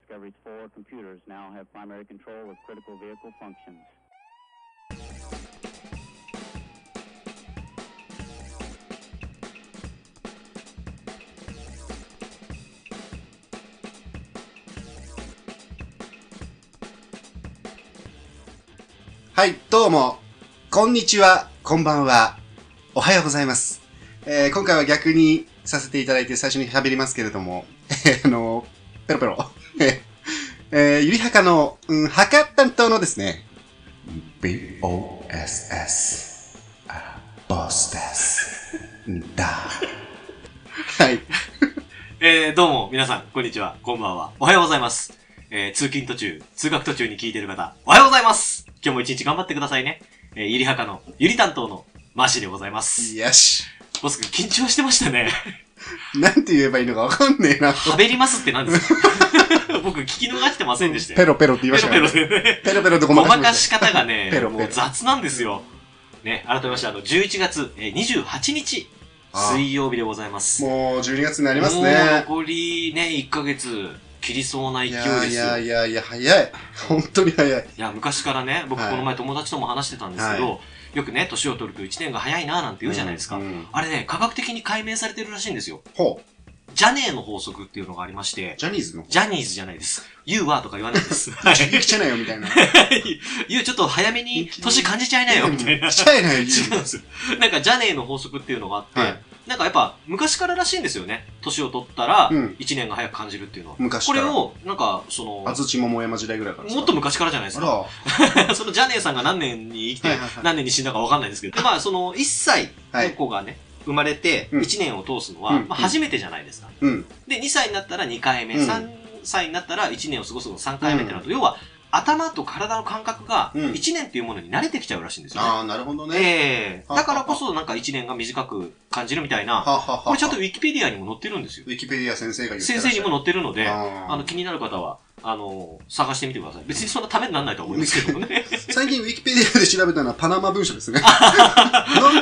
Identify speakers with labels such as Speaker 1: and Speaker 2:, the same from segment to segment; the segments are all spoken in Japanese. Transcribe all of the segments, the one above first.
Speaker 1: Discovery's forward computers now have primary control of critical vehicle functions.
Speaker 2: はい、どうも、こんにちは、こんばんは、おはようございます。えー今回は逆にさせていただいて最初に喋りますけれども、えーあの、ペロペロ、 えーえーゆりはかの、うん、はか担当のですね、BOSS、ボスです。だ。はい。
Speaker 3: えー、どうも、皆さん、こんにちは、こんばんは、おはようございます。えー、通勤途中、通学途中に聞いてる方、おはようございます今日も一日頑張ってくださいね。えー、ゆりはかの、ゆり担当の、マーシーでございます。
Speaker 2: よし。
Speaker 3: ボス君、緊張してました ね。
Speaker 2: なんて言えばいいのかわかんねえな。
Speaker 3: はべりますって何で すか僕、聞き逃してませんでした
Speaker 2: ペ
Speaker 3: よ。
Speaker 2: ロペロって言いました
Speaker 3: ペ
Speaker 2: よ
Speaker 3: ロ
Speaker 2: ね。
Speaker 3: ペロでね。
Speaker 2: ペロペロってご
Speaker 3: ご
Speaker 2: まかし
Speaker 3: ま
Speaker 2: ま
Speaker 3: か
Speaker 2: し
Speaker 3: し方がね、
Speaker 2: ペロペロ
Speaker 3: もう雑なんですよ。ね、改めまして、あの、11月、えー28日、
Speaker 2: ああ
Speaker 3: 水曜日でございます。
Speaker 2: た。もう12月になります
Speaker 3: もう
Speaker 2: ね。
Speaker 3: 残りね、1ヶ月、切りそうな勢い
Speaker 2: い
Speaker 3: です
Speaker 2: や
Speaker 3: よ。
Speaker 2: いやいやいや、早い。本当に早い。
Speaker 3: いや、昔からね、僕
Speaker 2: はい
Speaker 3: この前友達とも話してたんですけど、
Speaker 2: は
Speaker 3: よくね、年を取ると1年が早いなーなんて言うじゃないですか。
Speaker 2: ん
Speaker 3: あれね、科学的に解明されてるらしいんですよ。
Speaker 2: ほう。
Speaker 3: ジャネーの法則っていうのがありまして、
Speaker 2: ジャニーズの。
Speaker 3: ジャニーズじゃないです。You はとか言わな いです。
Speaker 2: 急に来ちゃいなよ、みたいな。
Speaker 3: You ちょっと早めに年感じちゃいなよ、みたいな。
Speaker 2: 来
Speaker 3: 違
Speaker 2: ちゃいなよ、急
Speaker 3: うんですよ。なんかジャネーの法則っていうのがあって、
Speaker 2: はい
Speaker 3: なんかやっぱ昔かららしいんですよね。年を取ったら、
Speaker 2: うん
Speaker 3: 1年が早く感じるっていうのは。
Speaker 2: 昔
Speaker 3: こ
Speaker 2: か
Speaker 3: れ
Speaker 2: ら。
Speaker 3: を、なんか、その、
Speaker 2: 安土桃山時代ぐらいからですか。
Speaker 3: もっと昔からじゃないです
Speaker 2: あ
Speaker 3: か。 そのジャネーさんが何年に生きて
Speaker 2: はいはいは、い
Speaker 3: 何年に死んだか分かんないですけど、でまあその1歳
Speaker 2: ら。は
Speaker 3: の
Speaker 2: い。
Speaker 3: 子がね、生まれて
Speaker 2: うん
Speaker 3: 1年を通すの
Speaker 2: う
Speaker 3: は、
Speaker 2: ん
Speaker 3: まあ初めてじゃないですか。
Speaker 2: うん。
Speaker 3: で、2歳になったら2回目、
Speaker 2: うん
Speaker 3: 3歳になったら1年を過ごすの3回目ってなると、要は頭と体の感覚が
Speaker 2: うん
Speaker 3: 1年っていうものに慣れてきちゃうらしいんですよね。
Speaker 2: ああ、なるほどね。
Speaker 3: ええ
Speaker 2: ははは
Speaker 3: だからこそなんか1年が短く感じるみたいな、
Speaker 2: ははは
Speaker 3: これちゃんとウィキペディアにも載ってるんですよ
Speaker 2: ウ。ィキペディア先生が言ってら
Speaker 3: 先
Speaker 2: っしゃ
Speaker 3: 生
Speaker 2: る
Speaker 3: にも載ってるので、
Speaker 2: あー
Speaker 3: あの気になる方は、あの、探してみてください。別にそんなためにならないとは思いますけど もね。
Speaker 2: 最近ウィキペディアで調べたのはパナマ文書です ね。なん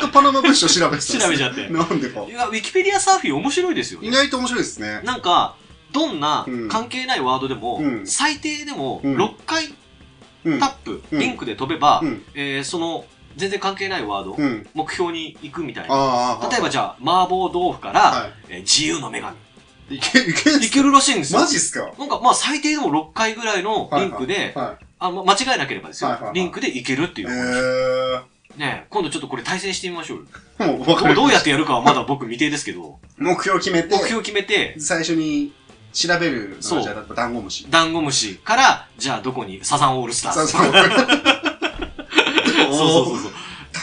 Speaker 2: かパナマ文書調べてたんです
Speaker 3: 調べちゃって。
Speaker 2: なんでか
Speaker 3: い。や、ウィキペディアサーフィン面白いですよ
Speaker 2: 意
Speaker 3: ね。
Speaker 2: 外と面白いですね。
Speaker 3: なんか、どんな
Speaker 2: うん
Speaker 3: 関係ないワードでも、
Speaker 2: うん
Speaker 3: 最低でも
Speaker 2: うん
Speaker 3: 6回
Speaker 2: うん
Speaker 3: タップ、
Speaker 2: うん
Speaker 3: リンクで飛べば、
Speaker 2: うん
Speaker 3: えーその全然関係ないワード、
Speaker 2: うん。
Speaker 3: 目標に行くみたいな。
Speaker 2: ああ。
Speaker 3: 例えばじゃあ、麻婆豆腐から、
Speaker 2: は
Speaker 3: えー自由の女神。
Speaker 2: い。いけ、いける
Speaker 3: いけるらしいんですよ。
Speaker 2: マジっすか
Speaker 3: なんかまあ最低でも6回ぐらいのリンクで、
Speaker 2: は
Speaker 3: あの間違えなければですよ、
Speaker 2: はいはいはい
Speaker 3: リンクでいけるって
Speaker 2: い。
Speaker 3: い
Speaker 2: え
Speaker 3: うお話、
Speaker 2: ー。
Speaker 3: ねえ今度ちょっとこれ対戦してみましょうよ。
Speaker 2: もう分か
Speaker 3: でも
Speaker 2: る。
Speaker 3: どうやってやるかはまだ僕未定ですけど、
Speaker 2: 目標を決めて
Speaker 3: 目、標決めて、
Speaker 2: 最初に調べるの
Speaker 3: そう
Speaker 2: がじゃあ、例えばダンゴムシ。
Speaker 3: ダンゴムシから、じゃあどこにサザンオールスター
Speaker 2: そう
Speaker 3: ズ。
Speaker 2: そう。
Speaker 3: そうそうそう
Speaker 2: う。
Speaker 3: そう。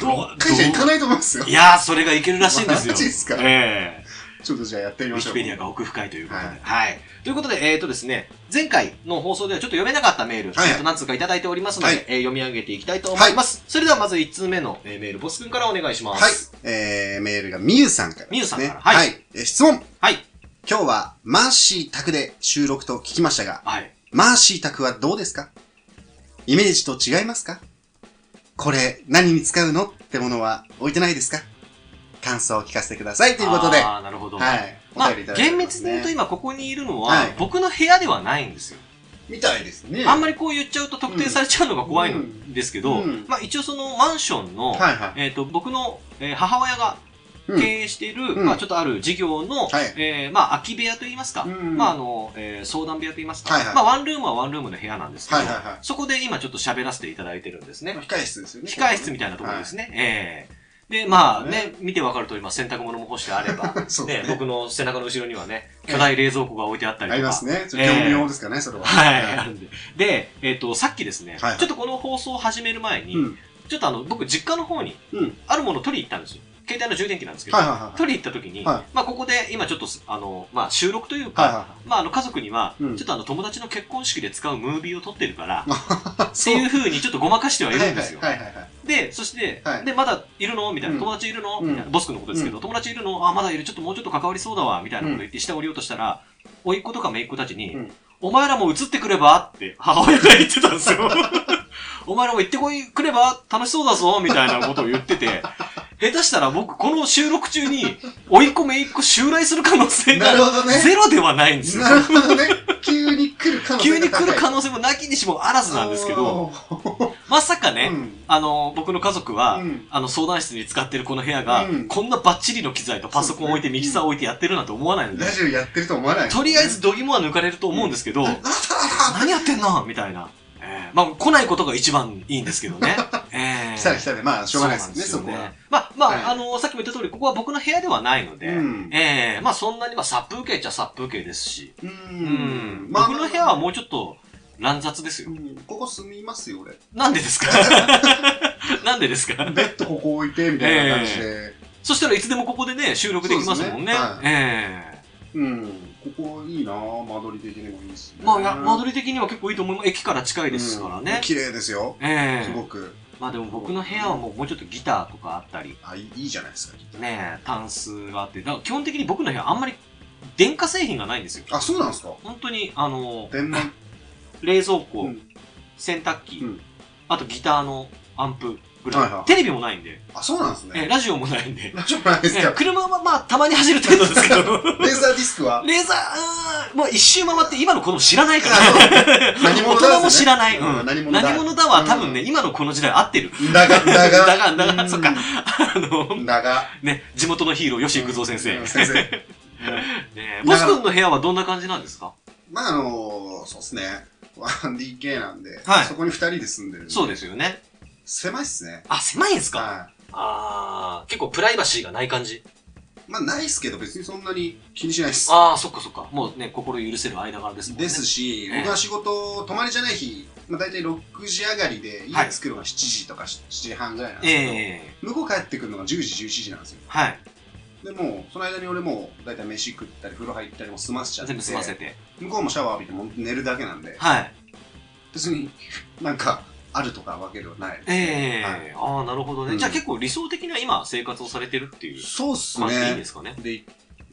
Speaker 2: どっかじゃ行かないと思いますよ
Speaker 3: い。やー、それがいけるらしいんですよ。
Speaker 2: マジっすか
Speaker 3: え
Speaker 2: ちょっとじゃあやってみ
Speaker 3: え
Speaker 2: ま
Speaker 3: ウィ
Speaker 2: しょ
Speaker 3: キ
Speaker 2: う。
Speaker 3: ペディアが奥深いということで。
Speaker 2: は
Speaker 3: はいい。ということで、えっ、とですね、前回の放送ではちょっと読めなかったメール、
Speaker 2: はいはい
Speaker 3: えっと何通かいただいておりますので、
Speaker 2: はい
Speaker 3: えー読み上げていきたいと思います。それではまず1通目の、えーメール、ボス君からお願いしま
Speaker 2: はい
Speaker 3: す。。
Speaker 2: えー、メールがみゆさんからですね。
Speaker 3: みゆさんから
Speaker 2: は。
Speaker 3: はいい
Speaker 2: えー質問。
Speaker 3: はい。
Speaker 2: 今日は、マーシー宅で収録と聞きましたが、
Speaker 3: はい。
Speaker 2: マーシー宅はどうですかイメージと違いますかこれ、何に使うのってものは置いてないですか感想を聞かせてください。ということで、
Speaker 3: ああ、なるほど。
Speaker 2: はい。
Speaker 3: まあ、
Speaker 2: お便りいただいて
Speaker 3: 厳
Speaker 2: おり
Speaker 3: 密に言うと
Speaker 2: ますね
Speaker 3: 今ここにいるの
Speaker 2: は、
Speaker 3: はい僕の部屋ではないんですよ。
Speaker 2: みたいですね。
Speaker 3: あんまりこう言っちゃうと特定されちゃうのが怖い
Speaker 2: うん
Speaker 3: ですけど、
Speaker 2: うん
Speaker 3: まあ一応そのマンションの、
Speaker 2: はいはい。
Speaker 3: えっ、と、僕の、えー母親が
Speaker 2: うん
Speaker 3: 経営している、
Speaker 2: うん
Speaker 3: まあちょっとある事業の、
Speaker 2: はい
Speaker 3: えーまあ空き部屋といいますか、
Speaker 2: うん
Speaker 3: まああの、えー相談部屋といいますか、
Speaker 2: はいはい
Speaker 3: まあワンルームはワンルームの部屋なんですけど、
Speaker 2: はいはいはい
Speaker 3: そこで今ちょっと喋らせていただいてるんですね。
Speaker 2: 控室ですよね。
Speaker 3: 控室みたいなところですね。ええで、まあね、見てわかる通り、まあ洗濯物も干してあれ ば、
Speaker 2: そう
Speaker 3: ね
Speaker 2: ね、
Speaker 3: 僕の背中の後ろにはね、巨大冷蔵庫が置いてあったりとか。
Speaker 2: ありますね。ちょっと
Speaker 3: ええ
Speaker 2: 業務用ですかね、それは。
Speaker 3: はい、あるんで。で、えっ、と、さっきですね、
Speaker 2: はいはい
Speaker 3: ちょっとこの放送を始める前に、
Speaker 2: うん。
Speaker 3: ちょっとあの、僕、実家の方に
Speaker 2: うん、
Speaker 3: あるものを取りに行ったんですよ。携帯の充電器なんですけど、
Speaker 2: はいはいはい。
Speaker 3: 取りに行った時に、
Speaker 2: は
Speaker 3: まあ、ここで今ちょっとす、あの、まあ、収録というか、
Speaker 2: はいは
Speaker 3: まあ、あの、家族には、
Speaker 2: うん
Speaker 3: ちょっとあの、友達の結婚式で使うムービーを撮って るから、
Speaker 2: い
Speaker 3: っ
Speaker 2: はい。
Speaker 3: ていう風にちょっとごまかしてはいるんですよ。
Speaker 2: はいはいはい。
Speaker 3: で、そして、
Speaker 2: はい
Speaker 3: で、まだいるのみたいな、
Speaker 2: うん
Speaker 3: 友達いるの
Speaker 2: うん
Speaker 3: みたいな、ボス君のことですけど、友達いるのあ、まだいる、ちょっともうちょっと関わりそうだわ、みたいなこと言って下降りようとしたら、甥っ子とか姪っ子たちに、
Speaker 2: うん
Speaker 3: お前らも移ってくればって母親が言ってたん ですよ。お前らも行ってこい、くれば楽しそうだぞ、みたいなことを言ってて、下手したら僕、この収録中に、追い込め一個襲来する可能性
Speaker 2: なる
Speaker 3: が、
Speaker 2: ほ どね。
Speaker 3: ゼロではないんですよ
Speaker 2: な。るほどね。急に来る可能性 が高
Speaker 3: 急に
Speaker 2: い。
Speaker 3: 来る可能性もなきにしもあらずなんですけど、まさか
Speaker 2: あー。
Speaker 3: ね、
Speaker 2: うん
Speaker 3: あの、僕の家族は、
Speaker 2: うん
Speaker 3: あの、相談室に使ってるこの部屋が、
Speaker 2: うん
Speaker 3: こんなバッチリの機材とパソコン置いて、
Speaker 2: そう
Speaker 3: ミ
Speaker 2: ですね
Speaker 3: キサー置いてやってるなんて思わないので
Speaker 2: ラ、ジオやってると思わない。
Speaker 3: とりあえず度肝は抜かれると思うんですけど、
Speaker 2: あ、ああ
Speaker 3: 何やってんのみたいな。えーまあ、来ないことが一番いいんですけど ね。えー
Speaker 2: あ来たら来たで、まあ、しょうがないですね、そ
Speaker 3: うん
Speaker 2: こ
Speaker 3: よ
Speaker 2: は。
Speaker 3: まあ、まあ、
Speaker 2: はい
Speaker 3: あの、さっきも言った通り、ここは僕の部屋ではないので、
Speaker 2: うん
Speaker 3: ええまあそんなに、まあ殺風景っちゃ殺風景ですし、
Speaker 2: う。
Speaker 3: うん
Speaker 2: まあ
Speaker 3: 僕の部屋はもうちょっと乱雑ですよ。
Speaker 2: うんここ住みますよ、俺。
Speaker 3: なんで ですかなんでですか
Speaker 2: ベッドここ置いて、みたいな感じで。
Speaker 3: そしたらいつでもここでね、収録できますもんね。
Speaker 2: そうです
Speaker 3: ええ
Speaker 2: うん。ここいいなぁ、間取り的にもいいし、ね。
Speaker 3: まあ、や間取り的には結構いいと思います。駅から近いですから
Speaker 2: うん
Speaker 3: ね。
Speaker 2: 綺麗ですよ。
Speaker 3: ええ
Speaker 2: すごく。
Speaker 3: まあでも僕の部屋はもうもうちょっとギターとかあったり、
Speaker 2: あ、いいいいじゃないですか。
Speaker 3: ねえ、タンスがあって、だから基本的に僕の部屋あんまり電化製品がないんですよ。
Speaker 2: あ、そうなんですか
Speaker 3: 本当に、あの、
Speaker 2: 電話。
Speaker 3: 冷蔵庫、
Speaker 2: うん
Speaker 3: 洗濯機、
Speaker 2: うん
Speaker 3: あとギターのアンプぐらい。
Speaker 2: はいはい
Speaker 3: テレビもないんで、
Speaker 2: あ、そうなんです
Speaker 3: え
Speaker 2: ね。
Speaker 3: ラジオもないんで。
Speaker 2: ラジオないです
Speaker 3: え
Speaker 2: か
Speaker 3: 車はまあたまに走る程度ですけど、
Speaker 2: レーザーディスク は
Speaker 3: レーザー、うーんもう一周回って今の子供知らないから。
Speaker 2: 何者だ
Speaker 3: 大人も知らない。
Speaker 2: うん
Speaker 3: うん
Speaker 2: 何者だ
Speaker 3: 何者だは多分ね、
Speaker 2: うん
Speaker 3: 今のこの時代合ってる。
Speaker 2: だが、だが。
Speaker 3: だがだがそっかあ
Speaker 2: う
Speaker 3: の、
Speaker 2: ん。だが。
Speaker 3: ね、地元のヒーロー、吉幾三先
Speaker 2: う
Speaker 3: 生。ね
Speaker 2: ん先生。
Speaker 3: えボス君の部屋はどんな感じなんですか
Speaker 2: まあ、あの、そうっすね。1DK なんで、
Speaker 3: はい
Speaker 2: そこに2人で住んでるん
Speaker 3: そうですよね。
Speaker 2: 狭いっすね。
Speaker 3: あ、狭いんですか
Speaker 2: はい。
Speaker 3: あー、結構プライバシーがない感じ。
Speaker 2: まあ、ないっすけど、別にそんなに気にしないっす。
Speaker 3: あー、そっかそっか。もうね、心許せる間柄ですもんね。
Speaker 2: ですし、
Speaker 3: ええ
Speaker 2: 僕は仕事、泊まりじゃない日、まあ、大体6時上がりで、家着くのが7時とか7時半ぐらいなんですけど、
Speaker 3: ええ
Speaker 2: 向こう帰ってくるのが10時、11時なんですよ。
Speaker 3: はい。
Speaker 2: で、もう、その間に俺もう、大体飯食ったり、風呂入ったりも済ませちゃって、
Speaker 3: 全部済ませて。
Speaker 2: 向こうもシャワー浴びても寝るだけなんで、
Speaker 3: はい。
Speaker 2: 別になんか、あるとかわけではない。
Speaker 3: え
Speaker 2: はい
Speaker 3: えあー、なるほどね。
Speaker 2: うん
Speaker 3: じゃあ結構理想的な今、生活をされてるっていう
Speaker 2: そうっす
Speaker 3: 感じでいいん
Speaker 2: ね
Speaker 3: で。すかね。
Speaker 2: で、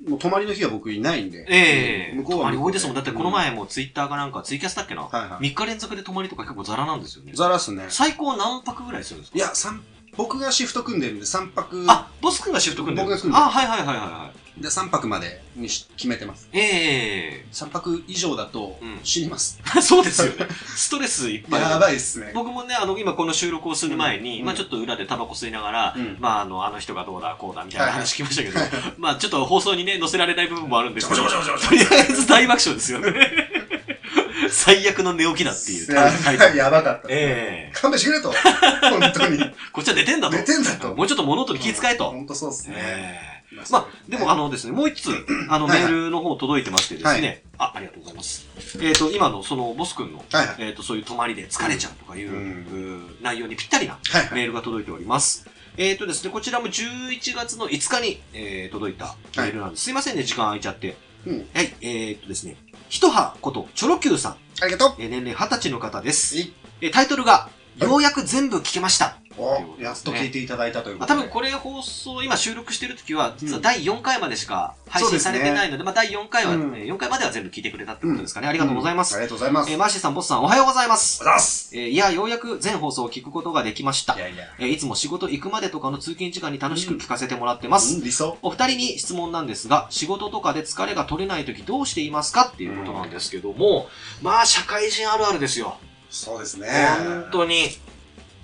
Speaker 2: もう泊まりの日は僕いないんで。
Speaker 3: ええ
Speaker 2: 向
Speaker 3: 向
Speaker 2: こ
Speaker 3: こ
Speaker 2: う
Speaker 3: う
Speaker 2: は
Speaker 3: は。
Speaker 2: 向こう
Speaker 3: 多いですもん。だってこの
Speaker 2: うん
Speaker 3: 前もツイッターかなんか、ツイキャスだっけな。
Speaker 2: はいはい。
Speaker 3: 3日連続で泊まりとか結構ザラなんですよね。
Speaker 2: ザラっすね。
Speaker 3: 最高何泊ぐらいするんですか
Speaker 2: いや、三僕がシフト組んでるんで、3泊、
Speaker 3: あ、ボス君がシフト組んでるんですか
Speaker 2: 僕が
Speaker 3: あ、はいはいはいはいは
Speaker 2: で3泊までにし決めてます。
Speaker 3: い。ええ
Speaker 2: 3泊以上だと
Speaker 3: うん
Speaker 2: 死にます。
Speaker 3: そうですよね。ストレスいっぱい。
Speaker 2: やばいっすね。
Speaker 3: 僕もね、あの、今この収録をする前に、
Speaker 2: うん
Speaker 3: まあちょっと裏でタバコ吸いながら、
Speaker 2: うん
Speaker 3: まああの、あの人がどうだ、こうだ、みたいな
Speaker 2: はいはい
Speaker 3: 話聞きました けど、まあちょっと放送にね、載せられない部分もあるんですけど、
Speaker 2: ちょ
Speaker 3: と
Speaker 2: こちょこちょこちょこ
Speaker 3: りあえず大爆笑ですよね。 最悪の寝起きだっていう
Speaker 2: や
Speaker 3: タイト ル。
Speaker 2: やばかった。
Speaker 3: ええ
Speaker 2: 勘弁してく れと。本当に。
Speaker 3: こっちは寝てんだと
Speaker 2: 寝。てんだと。
Speaker 3: もうちょっと物音に気遣えと。
Speaker 2: 本当そうっすね。
Speaker 3: ええ
Speaker 2: そ
Speaker 3: ま
Speaker 2: う
Speaker 3: あ、でもあのですね、もう一つ、あの、
Speaker 2: は
Speaker 3: メ
Speaker 2: いはい
Speaker 3: ールの方届いてましてですね、あ、ありがとうございます。えっと、今のその、ボス君の、
Speaker 2: はいはい。
Speaker 3: えっと、そういう泊まりで疲れちゃうとかいう
Speaker 2: うん
Speaker 3: う内容にぴったりな
Speaker 2: はいはい。
Speaker 3: メールが届いております。えっとですね、こちらも11月の5日に、えー届いたメールなんです。すいませんね、時間空いちゃって。
Speaker 2: うん
Speaker 3: はい、えっとですね、ひとはこと、チョロ Q さん、
Speaker 2: ありがとう。
Speaker 3: えー年齢20歳の方です。
Speaker 2: い
Speaker 3: えータイトルが、ようやく全部聞けました。
Speaker 2: お、やっと聞いていただいたという
Speaker 3: ま
Speaker 2: こ
Speaker 3: あ、多
Speaker 2: とで。
Speaker 3: 分これ放送、今収録してる時は、実
Speaker 2: う
Speaker 3: は
Speaker 2: ん
Speaker 3: 第4回までしか配信されてないので、まあ第4回は、
Speaker 2: うん
Speaker 3: えー4回までは全部聞いてくれたってことですかね。ありがとうございます。
Speaker 2: んありがとうございます。
Speaker 3: えー
Speaker 2: ありがとう
Speaker 3: マーシーさん、ボスさん、おはようございます。
Speaker 2: ございます。
Speaker 3: えーいや、ようやく全放送を聞くことができました
Speaker 2: い。やいや。
Speaker 3: えーいつも仕事行くまでとかの通勤時間に楽しく聞かせてもらってます。
Speaker 2: うん理想。
Speaker 3: お二人に質問なんですが、仕事とかで疲れが取れない時どうしていますかっていうことなんですけども、まあ社会人あるあるですよ。
Speaker 2: そうですね。
Speaker 3: 本当に。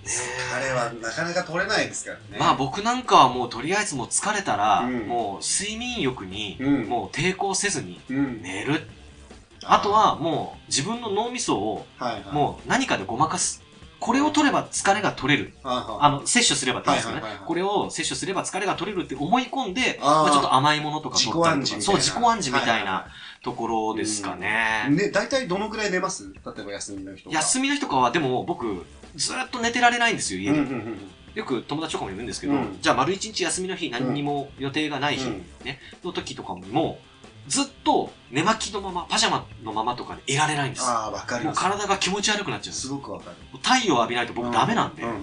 Speaker 2: 疲れはなかなか取れないですからね。
Speaker 3: まあ僕なんかはもうとりあえずもう疲れたら、
Speaker 2: うん
Speaker 3: もう睡眠欲に
Speaker 2: うん
Speaker 3: もう抵抗せずに
Speaker 2: うん。
Speaker 3: 寝る。あとはもう自分の脳みそを
Speaker 2: はいはい、
Speaker 3: もう何かでごまかす。これを取れば疲れが取れる。
Speaker 2: はいはい
Speaker 3: あの、摂取すればって言うんですよ
Speaker 2: は
Speaker 3: ね、
Speaker 2: いはいはいはい
Speaker 3: これを摂取すれば疲れが取れるって思い込んで、
Speaker 2: あー
Speaker 3: まあ、ちょっと甘いものとか
Speaker 2: 自己
Speaker 3: 取ったり
Speaker 2: 暗
Speaker 3: と
Speaker 2: 示
Speaker 3: か。
Speaker 2: みたい
Speaker 3: そう、
Speaker 2: な。
Speaker 3: 自己暗示みたい
Speaker 2: は
Speaker 3: なところですかね。
Speaker 2: ね、大体どのぐらい寝ます例えば休みの人が。
Speaker 3: 休みの日とかはでも僕、ずーっと寝てられないんですよ、
Speaker 2: み
Speaker 3: 家
Speaker 2: うん
Speaker 3: で。
Speaker 2: うんうん
Speaker 3: よく友達とかも言うんですけど、
Speaker 2: うん
Speaker 3: じゃあ丸一日休みの日何にも予定がない日、
Speaker 2: うん
Speaker 3: ね、の時とかも、ずっと寝巻きのまま、パジャマのままとかでいられないんです。
Speaker 2: ああ、わかり
Speaker 3: もう
Speaker 2: ます。
Speaker 3: 体が気持ち悪くなっちゃうんですす。
Speaker 2: ごくわかる。
Speaker 3: もう太陽浴びないと僕ダメなんで、
Speaker 2: うううんうん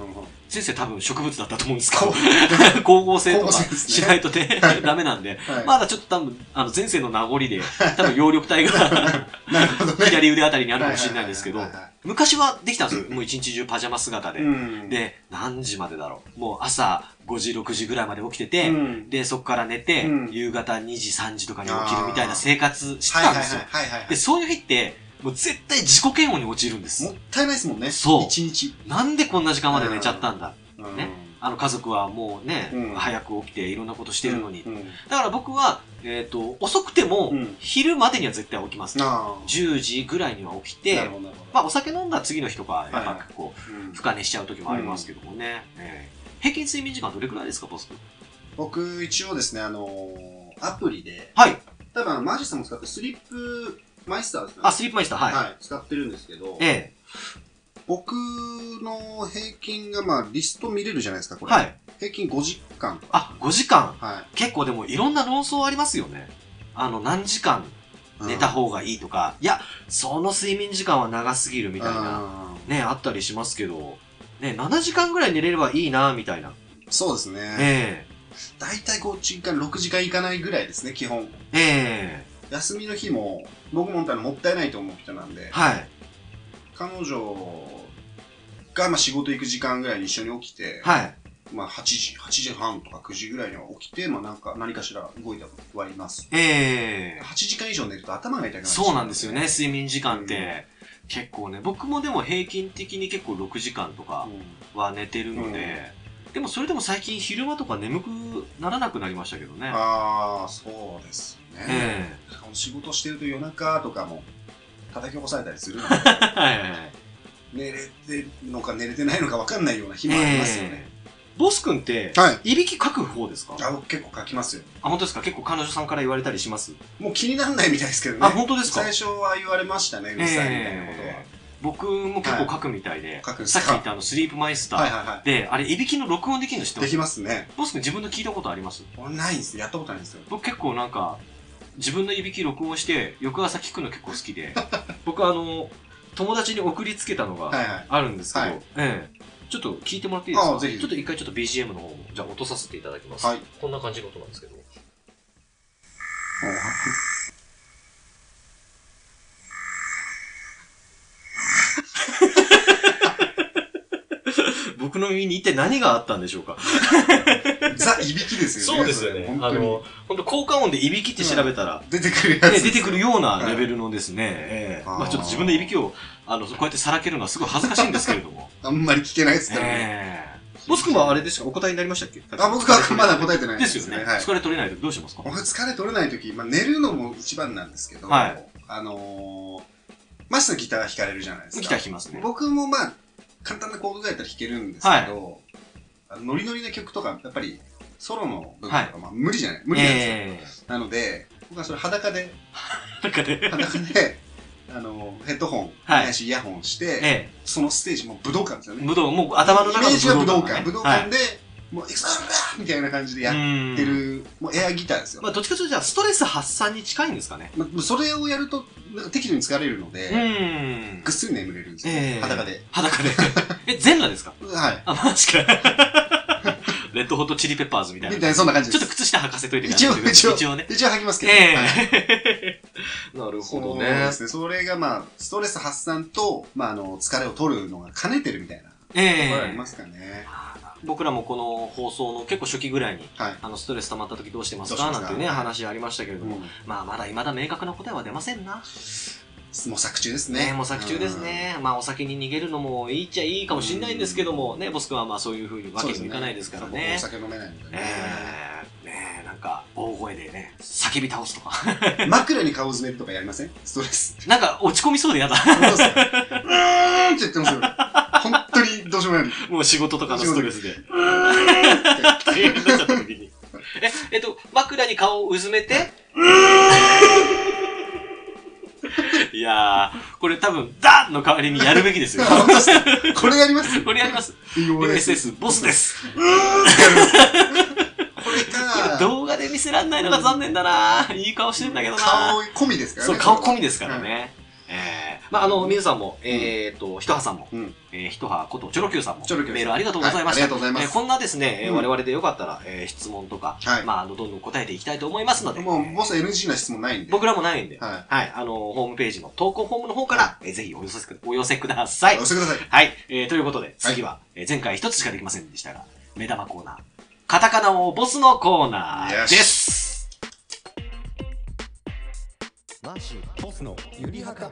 Speaker 3: 先生多分植物だったと思うんですけ
Speaker 2: こ
Speaker 3: ど
Speaker 2: う、
Speaker 3: 光合成とか
Speaker 2: 光合成ですね
Speaker 3: しないとね、ダメなんで、
Speaker 2: はい
Speaker 3: まだちょっと多分、あの前世の名残で、多分葉緑体が
Speaker 2: なるほどね。
Speaker 3: 左腕あたりにあるかもしれないんですけど
Speaker 2: はい、はいはい
Speaker 3: 昔はできたんですよ。もう一日中パジャマ姿で。
Speaker 2: うん、
Speaker 3: で、何時までだろう。もう朝5時、6時ぐらいまで起きてて、
Speaker 2: うん
Speaker 3: で、そこから寝て、
Speaker 2: うん
Speaker 3: 夕方2時、3時とかに起きるみたいな生活して
Speaker 2: はいは
Speaker 3: た
Speaker 2: いは
Speaker 3: んで
Speaker 2: い
Speaker 3: すよ。
Speaker 2: はいはいは
Speaker 3: で、そういう日って、もう絶対自己嫌悪に陥るん
Speaker 2: い。
Speaker 3: で
Speaker 2: も
Speaker 3: す
Speaker 2: っ。たいないですもんね。
Speaker 3: そう
Speaker 2: 一日。
Speaker 3: なんでこんな時間まで寝ちゃったんだ。
Speaker 2: うん
Speaker 3: ねあの家族はもうね、
Speaker 2: うん
Speaker 3: 早く起きていろんなことしてるのに。
Speaker 2: うん
Speaker 3: だから僕は、えっ、と、遅くても、
Speaker 2: うん
Speaker 3: 昼までには絶対起きます。
Speaker 2: ああ。
Speaker 3: 10時ぐらいには起き
Speaker 2: なる
Speaker 3: て
Speaker 2: ほ、どなるほど
Speaker 3: まあお酒飲んだ次の日とか、やっぱこう、
Speaker 2: うん
Speaker 3: 深寝しちゃう時もありますけどもね。えー平均睡眠時間どれくらいですか、ボス君
Speaker 2: 僕、一応ですね、あのー、アプリで、
Speaker 3: はい。
Speaker 2: 多分あのマーシさんも使って、スリップマイスターですかね。
Speaker 3: あ、スリップマイスター、はい。
Speaker 2: はい、使ってるんですけど、
Speaker 3: え
Speaker 2: 僕の平均が、まあ、リスト見れるじゃないですか、
Speaker 3: え
Speaker 2: これ。
Speaker 3: はい。
Speaker 2: 平均5時間とか。
Speaker 3: あ、5時間。
Speaker 2: は
Speaker 3: 結構でもいろんな論争ありますよね。あの、何時間
Speaker 2: い。
Speaker 3: 寝た方がいいとか、いや、その睡眠時間は長すぎるみ
Speaker 2: み
Speaker 3: たいな、ね、あったりしますけど、ね、7時間ぐらい寝れればいいな、みたいな。
Speaker 2: そうですね。
Speaker 3: え
Speaker 2: だいたい5時間、6時間いかないぐらいですね、基本。
Speaker 3: ええ
Speaker 2: 休みの日も、僕も本当はもったいないと思う人なんで
Speaker 3: え、はい、
Speaker 2: 彼女が、まあ、仕事行く時間ぐらいに一緒に起きて、
Speaker 3: はい。
Speaker 2: まあ、8時、8時半とか9時ぐらいには起きて、まあ、なんか、何かしら動いたはいます。
Speaker 3: ええ
Speaker 2: 8時間以上寝ると頭が痛くなっちゃ
Speaker 3: そうなんですよね、。睡眠時間って。結構ね、僕もでも平均的に結構6時間と
Speaker 2: う
Speaker 3: か
Speaker 2: ん
Speaker 3: は寝てるので、でもそれでも最近昼間とか眠くならなくなりましたけどね。
Speaker 2: ああ、そうですね。
Speaker 3: え
Speaker 2: 仕事してると夜中とかも叩き起こされたりする ので
Speaker 3: えはい
Speaker 2: 寝れてるのか寝れてないのか分かんないような日もありますよね、
Speaker 3: ええボス君って、
Speaker 2: はい
Speaker 3: いびきかく方ですか
Speaker 2: あ僕結構書きますよ
Speaker 3: あ、本当ですか結構彼女さんから言われたりします、
Speaker 2: もう気にならないみたいですけどね
Speaker 3: あ、本当ですか
Speaker 2: 最初は言われましたねうるさいみたいなことは、
Speaker 3: ええ僕も結構書くみたいで、
Speaker 2: 書くんです
Speaker 3: さっ
Speaker 2: か
Speaker 3: き言ったあの、スリープマイスター。
Speaker 2: はいはいは
Speaker 3: で、あれ、いびきの録音できるの知っ
Speaker 2: い
Speaker 3: てま
Speaker 2: ですきますね
Speaker 3: ボス君自分の聞いたことあります
Speaker 2: 俺ないんですやったことないんですよ
Speaker 3: 僕結構なんか、自分のいびき録音して、翌朝聞くの結構好きで、僕あの、友達に送りつけたの
Speaker 2: はい
Speaker 3: が
Speaker 2: はい
Speaker 3: あるんですけど、
Speaker 2: はい
Speaker 3: ええちょっと聞いてもらっていいです
Speaker 2: あ
Speaker 3: か
Speaker 2: ぜひ
Speaker 3: ちょっと一回ちょっと BGM の方も、じゃあ落とさせていただきます。
Speaker 2: はい
Speaker 3: こんな感じの音なんですけど。僕の耳に一体何があったんでしょうか
Speaker 2: ザいびきですよね
Speaker 3: そうですよね。
Speaker 2: それ本
Speaker 3: あ
Speaker 2: 当に
Speaker 3: の、本当効果音でいびきって調べたら、
Speaker 2: 出てくるやつ、
Speaker 3: ね、出てくるようなレベルのですね、ええ
Speaker 2: あー
Speaker 3: まあちょっと自分のいびきを、あの、こうやってさらけるのはすごい恥ずかしいんですけれども。
Speaker 2: あんまり聞けないですからね、
Speaker 3: ええボス君はあれですかお答えになりましたっけ
Speaker 2: あ僕はまだ答えてないん
Speaker 3: ですよね。
Speaker 2: はい
Speaker 3: 疲れ取れないとどうしますか
Speaker 2: 僕疲れ取れない時、まあ、寝るのも一番なんですけど、
Speaker 3: はい
Speaker 2: あのー、マスのギター弾かれるじゃないです
Speaker 3: ギ
Speaker 2: か。
Speaker 3: ター弾きますね。
Speaker 2: 僕もまあ、簡単なコードぐらいだったら弾けるんですけど、あのノリノリな曲とか、やっぱりソロの部分とか、まあ無理じゃない無理なんですよ。
Speaker 3: え
Speaker 2: なので、僕はそれ裸で、
Speaker 3: えなんかね、
Speaker 2: 裸で、あのー、ヘッドホン、
Speaker 3: はい
Speaker 2: ないしイヤホンして、
Speaker 3: え
Speaker 2: そのステージ、もう武道館ですよ
Speaker 3: え
Speaker 2: ね。
Speaker 3: 武道、もう頭の中
Speaker 2: イメージは
Speaker 3: の
Speaker 2: 武道
Speaker 3: だ
Speaker 2: 館。
Speaker 3: ね
Speaker 2: 武道
Speaker 3: はい
Speaker 2: 館で、もう、エクサーみたいな感じでやって
Speaker 3: うん
Speaker 2: る、もうエアギターですよ。
Speaker 3: まあどっちかというとじゃあストレス発散に近いんですかね。
Speaker 2: まあ、それをやるとなんか適度に疲れるので、
Speaker 3: う
Speaker 2: ぐ
Speaker 3: ん
Speaker 2: っ。すり眠れるんですよ、
Speaker 3: ええ
Speaker 2: 裸で。。
Speaker 3: 裸で。え、全裸ですか
Speaker 2: はい。
Speaker 3: あ、マジか。 レッドホットチリペッパーズみたいな。
Speaker 2: みたいな、そんな感じ
Speaker 3: ち
Speaker 2: で
Speaker 3: ょっと
Speaker 2: す。
Speaker 3: 靴下履かせといてくだ
Speaker 2: 一応
Speaker 3: さい。
Speaker 2: 一応
Speaker 3: 一応ね。
Speaker 2: 一応吐きますけど。
Speaker 3: え
Speaker 2: はい
Speaker 3: え なるほど
Speaker 2: そう
Speaker 3: ね
Speaker 2: で。すね。それがまあ、ストレス発散と、まあ、あの、疲れを取るのが兼ねてるみたいな。
Speaker 3: え
Speaker 2: ところあ
Speaker 3: え
Speaker 2: りますかね。
Speaker 3: 僕らもこの放送の結構初期ぐらいに、
Speaker 2: はい。
Speaker 3: あの、ストレス溜まった時どうしてます
Speaker 2: どう
Speaker 3: か
Speaker 2: しま
Speaker 3: な
Speaker 2: すか
Speaker 3: んてね、話ありましたけれど
Speaker 2: う
Speaker 3: も。
Speaker 2: ん
Speaker 3: まあ、まだ未だ明確な答えは出ませんな。
Speaker 2: 模索中ですね。
Speaker 3: ね、模索中ですね。まあ、お酒に逃げるのもいいっちゃいいかもしれないんですけども、ね、ボス君はまあ、そういうふうに
Speaker 2: うん。
Speaker 3: わ
Speaker 2: そう
Speaker 3: けにもいかないですから
Speaker 2: 僕もお
Speaker 3: ね。
Speaker 2: 酒飲めないのでね。
Speaker 3: ねえ、ねえ、なんか、大声でね、叫び倒すとか。
Speaker 2: 枕に顔詰めるとかやりませんストレ ス。
Speaker 3: なんか、落ち込みそうでやだ。
Speaker 2: 本当ですかうーんって言ってますよ。本当にどうしようもない。
Speaker 3: もう仕事とかのストレスで。
Speaker 2: うーんって。
Speaker 3: 大変になっちゃった時に。え、えっと、枕に顔をうずめて、 いやー、これ多分、ダンの代わりにやるべきですよ。
Speaker 2: これやります
Speaker 3: これやります。
Speaker 2: ?USS。
Speaker 3: USS ボスです。
Speaker 2: これ
Speaker 3: これ
Speaker 2: か。
Speaker 3: 動画で見せらんないのが残念だな。いい顔してるんだけどな。
Speaker 2: 顔込みですから
Speaker 3: そ
Speaker 2: ね。
Speaker 3: う、顔込みですからね。えー、まあ、あの、皆さんも、えーっと、ひとはさんも、
Speaker 2: うん
Speaker 3: えーひとはこと、チョロ Q さんも、
Speaker 2: チョロ Q さん
Speaker 3: メールありがと
Speaker 2: こ
Speaker 3: う
Speaker 2: れ。
Speaker 3: ご
Speaker 2: はい
Speaker 3: ざい
Speaker 2: あり
Speaker 3: ました
Speaker 2: が。とうございま
Speaker 3: えー
Speaker 2: す。
Speaker 3: こんなですね、えー
Speaker 2: うん
Speaker 3: 我々でよかったら、えー質問とか、
Speaker 2: はい
Speaker 3: まあ、あのどんどん答えていきたいと思いますので、
Speaker 2: もう、ボス NG な質問ないんで。
Speaker 3: 僕らもないんで、
Speaker 2: は
Speaker 3: はい、あの、ホームページの投稿フォームの方から、えーぜひお寄せくお寄せくださ
Speaker 2: い。
Speaker 3: い
Speaker 2: 押。してください。
Speaker 3: はい、えーということで、次は、えー前回一つしかできませんでしたが、目玉コーナー、カタカナをボスのコーナーです。
Speaker 4: ボスのゆりはか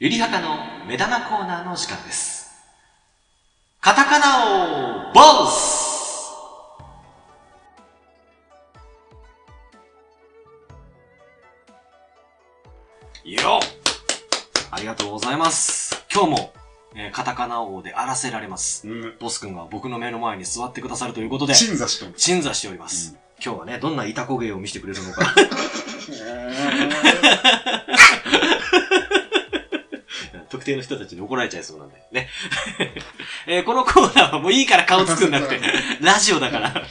Speaker 3: ゆりはかの目玉コーナーの時間です。カタカナをボスよっありがとうございます。今日も、えーカタカナ王で荒らせられます。
Speaker 2: うん。
Speaker 3: ボス君が僕の目の前に座ってくださるということで、
Speaker 2: 鎮座しとる。
Speaker 3: 鎮座しております。
Speaker 2: うん
Speaker 3: 今日はね、どんな板こ芸を見せてくれるのか。 特定の人たちに怒られちゃいそうなんで。ね。 えーこのコーナーはもういいから顔作んなくて。 ラジオだから。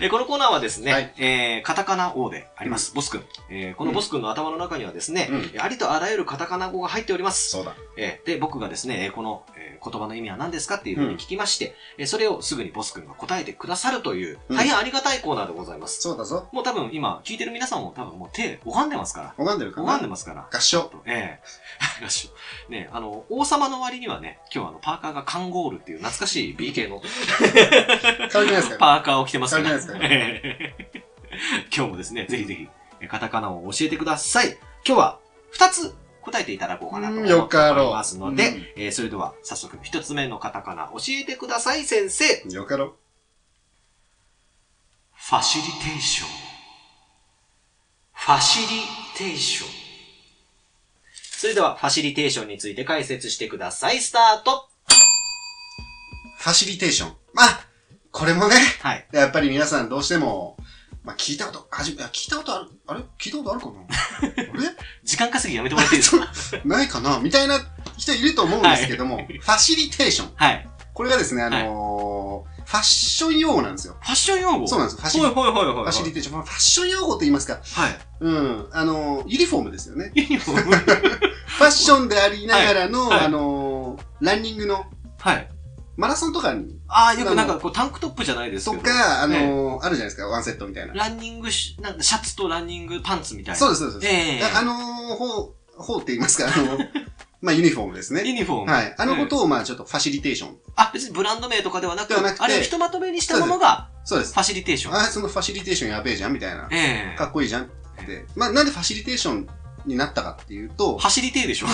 Speaker 3: えーこのコーナーはですね、
Speaker 2: はい
Speaker 3: えーカタカナ王であります。ボス君。えーこのボス君の頭の中にはですね、
Speaker 2: う
Speaker 3: ありとあらゆるカタカナ語が入っております。
Speaker 2: そうだ。
Speaker 3: えーで、僕がですね、えーこの、えー言葉の意味は何ですかっていうふうに聞きまして、えーそれをすぐにボス君が答えてくださるという、
Speaker 2: うん
Speaker 3: 大変ありがたいコーナーでございます。
Speaker 2: そうだぞ。
Speaker 3: もう多分今、聞いてる皆さんも多分もう手、拝んでますから。
Speaker 2: 拝んでるかな
Speaker 3: 拝んでますから。
Speaker 2: 合唱。
Speaker 3: え え。よしねあの、王様の割にはね、今日はあの、パーカーがカンゴールっていう懐かしい BK の
Speaker 2: 変わりないですか
Speaker 3: パーカーを着てますから。
Speaker 2: 関係ない
Speaker 3: ええ 今日もですね、ぜひぜひ、えカタカナを教えてください。今日は、二つ答えていただこうかなと
Speaker 2: う
Speaker 3: 思
Speaker 2: ん
Speaker 3: って
Speaker 2: よかろう
Speaker 3: おりますので、
Speaker 2: うん
Speaker 3: えーそれでは、早速、一つ目のカタカナ、教えてください、先生。
Speaker 2: よかろ。
Speaker 3: ファシリテーション。ファシリテーション。それでは、ファシリテーションについて解説してください。スタート
Speaker 2: ファシリテーション。まあ、これもね、
Speaker 3: はい。
Speaker 2: やっぱり皆さんどうしても、まあ聞いたこと、はじめ、いや聞いたことある、あれ聞いたことあるか なあれ
Speaker 3: 時間稼ぎやめてもらって いいですか
Speaker 2: ないかなみたいな人いると思うんですけども、ファシリテーション。
Speaker 3: はい。
Speaker 2: これがですね、あのーファッション用語なんですよ。
Speaker 3: ファッション用語
Speaker 2: そう
Speaker 3: う
Speaker 2: なんです。ファシリ
Speaker 3: はいはいはいはい
Speaker 2: フ
Speaker 3: は
Speaker 2: ァ
Speaker 3: い。
Speaker 2: シリテーション。まあファッション用語と言いますか、
Speaker 3: はい。
Speaker 2: うん、あのーユニフォームですよね。
Speaker 3: ユニフォー
Speaker 2: フ
Speaker 3: ム
Speaker 2: ァッションでありながらの、
Speaker 3: はいはい
Speaker 2: あのーランニングの、
Speaker 3: はい。
Speaker 2: マラソンとかに、
Speaker 3: ああ、よくなんかこうタンクトップじゃないですけ
Speaker 2: と
Speaker 3: ど。
Speaker 2: か、あのー
Speaker 3: え
Speaker 2: あるじゃないですか、ワンセットみたいな。
Speaker 3: ランニングし、なんかシャツとランニングパンツみたいな。
Speaker 2: そうです、そうです。
Speaker 3: ええ
Speaker 2: ああのー、ほう、ほうって言いますか、あ のー、まあ、ユニフォームです
Speaker 3: ユ
Speaker 2: ね。
Speaker 3: ニフォーム。
Speaker 2: はい。あのことを、まあ、ちょっとファシリテーション。
Speaker 3: あ、別にブランド名とかではなく
Speaker 2: ではなくて
Speaker 3: あれをひとまとめにしたものが、
Speaker 2: そうで
Speaker 3: フ
Speaker 2: す。
Speaker 3: ァシリテーション。
Speaker 2: あ、そのファシリテーションやべえじゃんみたいな。
Speaker 3: ええ
Speaker 2: かっこいいじゃんって。まあ、なんでファシリテーションになったかっていうと、
Speaker 3: 走りてえで しょ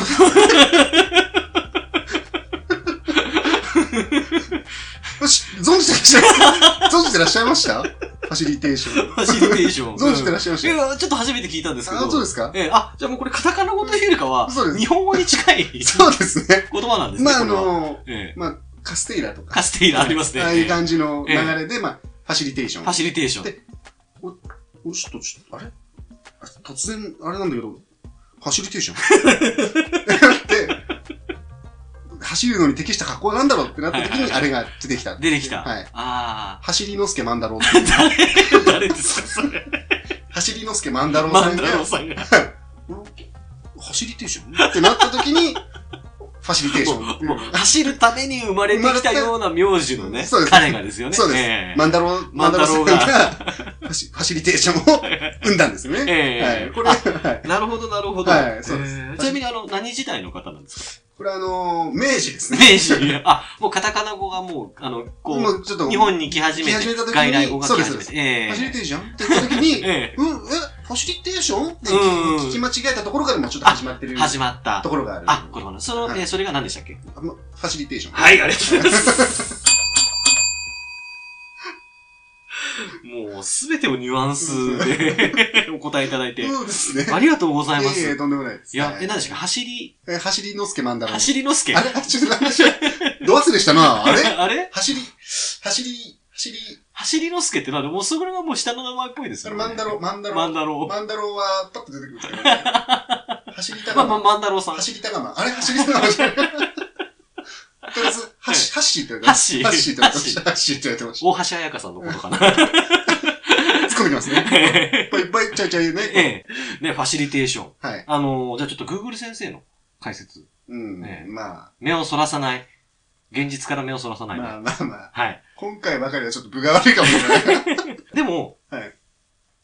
Speaker 2: よし、存じてらっしゃい ます存じてらっしゃいましたファシリテーション。
Speaker 3: 走りてえでしょ
Speaker 2: 存じてらっしゃいまし
Speaker 3: い
Speaker 2: た
Speaker 3: や、ちょっと初めて聞いたんですけど。
Speaker 2: あ、そうですか
Speaker 3: ええあ、じゃあもうこれカタカナ語というよりかは、
Speaker 2: そうです
Speaker 3: 日本語に近い言
Speaker 2: そうですね。
Speaker 3: 葉なんですね。
Speaker 2: まあ、あ
Speaker 3: これは
Speaker 2: の、
Speaker 3: ええ
Speaker 2: まあ、カステイラとか。
Speaker 3: カステイラありますね。
Speaker 2: ああいう
Speaker 3: え
Speaker 2: 感じの流れで、まあ、ファシリテーショ
Speaker 3: え
Speaker 2: ン。
Speaker 3: ファシリテーション。
Speaker 2: でおちょっと、ちょっと、あれあ突然、あれなんだけど、走りてえじゃん。 って、走るのに適した格好なんだろうってなった時
Speaker 3: はいはい
Speaker 2: に、
Speaker 3: はい
Speaker 2: あれが出てきた。
Speaker 3: 出てきた。
Speaker 2: はい。
Speaker 3: あ
Speaker 2: 走りのすけ万太郎っていう
Speaker 3: あ。誰ですか、それ。
Speaker 2: 走りのすけ万太郎
Speaker 3: マ
Speaker 2: さ
Speaker 3: ン
Speaker 2: んが
Speaker 3: ダ、ロさんが。
Speaker 2: 走りてえじゃんってなった時に、ファシリテーションってい
Speaker 3: もう
Speaker 2: う。
Speaker 3: 走るために生まれてきたような名字のね
Speaker 2: そうで、す
Speaker 3: 彼がですよね。
Speaker 2: そうです
Speaker 3: ええ
Speaker 2: 万太郎、
Speaker 3: 万
Speaker 2: 万
Speaker 3: 太
Speaker 2: 太郎
Speaker 3: 郎
Speaker 2: さん
Speaker 3: が
Speaker 2: が、 ファシファシリテーションを生んだんですね。
Speaker 3: ええ
Speaker 2: はい。これ、はい
Speaker 3: なるほど、なるほど。
Speaker 2: はいそうです
Speaker 3: ええちなみに、あの、何時代の方な んですか
Speaker 2: これあのー、明治ですね。
Speaker 3: 明治。あ、もうカタカナ語がもう、あの、こう、
Speaker 2: もうちょっと、
Speaker 3: 日本に来始め
Speaker 2: 来始
Speaker 3: て
Speaker 2: めた、時に
Speaker 3: 外来語が来
Speaker 2: そ
Speaker 3: 始
Speaker 2: うで
Speaker 3: めて
Speaker 2: す。
Speaker 3: え
Speaker 2: ファシリテ
Speaker 3: え
Speaker 2: ーションって言った時に、
Speaker 3: え
Speaker 2: うん、え、ファシリテーションって
Speaker 3: うん
Speaker 2: 聞き間違えたところからもちょっと始まって
Speaker 3: え
Speaker 2: る
Speaker 3: 始まった
Speaker 2: と。ころがある。
Speaker 3: あ、これその、
Speaker 2: はい
Speaker 3: えーそれが何でしたっけ
Speaker 2: あまファシリテーション。
Speaker 3: はい、ありがとうございます。 もう、すべてをニュアンスで お答えいただいて、
Speaker 2: そうですね。
Speaker 3: ありがとうございま
Speaker 2: ええ
Speaker 3: す。
Speaker 2: とんでもないです。
Speaker 3: いや、
Speaker 2: は
Speaker 3: え、何でしたっけ走り、
Speaker 2: え走りのすけ万太郎。
Speaker 3: 走りのすけ
Speaker 2: あれちょっと話 が、ど忘れしたな。あれ
Speaker 3: あれ
Speaker 2: 走り、走り、走り、
Speaker 3: 走りのすけってなんで、もうそこらがもう下の名前っぽいです
Speaker 2: そ
Speaker 3: よ
Speaker 2: れ
Speaker 3: ね。
Speaker 2: 万太 郎、万太郎。
Speaker 3: 万太郎。
Speaker 2: 万太郎はパッと出てくるんですけどね。 走り
Speaker 3: ま
Speaker 2: 高
Speaker 3: あまあ、
Speaker 2: 間。
Speaker 3: 万太郎さん。
Speaker 2: 走り高間。あれ走り高間 じゃない。とりあえず、ハッシーハッシーって言われてました
Speaker 3: ハ
Speaker 2: ハ
Speaker 3: ッ
Speaker 2: ッ
Speaker 3: シ
Speaker 2: シ
Speaker 3: ー
Speaker 2: ーって言われてました。ハッシーって言われてました。
Speaker 3: 大橋彩香さんのことかな。
Speaker 2: 突っ込んでき ますね。いっぱいいっぱいちゃいちゃいね。
Speaker 3: ええ。ね、ファシリテーション。
Speaker 2: はい。
Speaker 3: あのーじゃあちょっと Google 先生の解説。
Speaker 2: うん
Speaker 3: ええ。
Speaker 2: ま
Speaker 3: 目をそらさない。現実から目をそらさ
Speaker 2: あ、
Speaker 3: ないね。
Speaker 2: まあまあまあ。
Speaker 3: はい。
Speaker 2: 今回ばかりはちょっと分が悪いかもしれない。
Speaker 3: でも、
Speaker 2: はい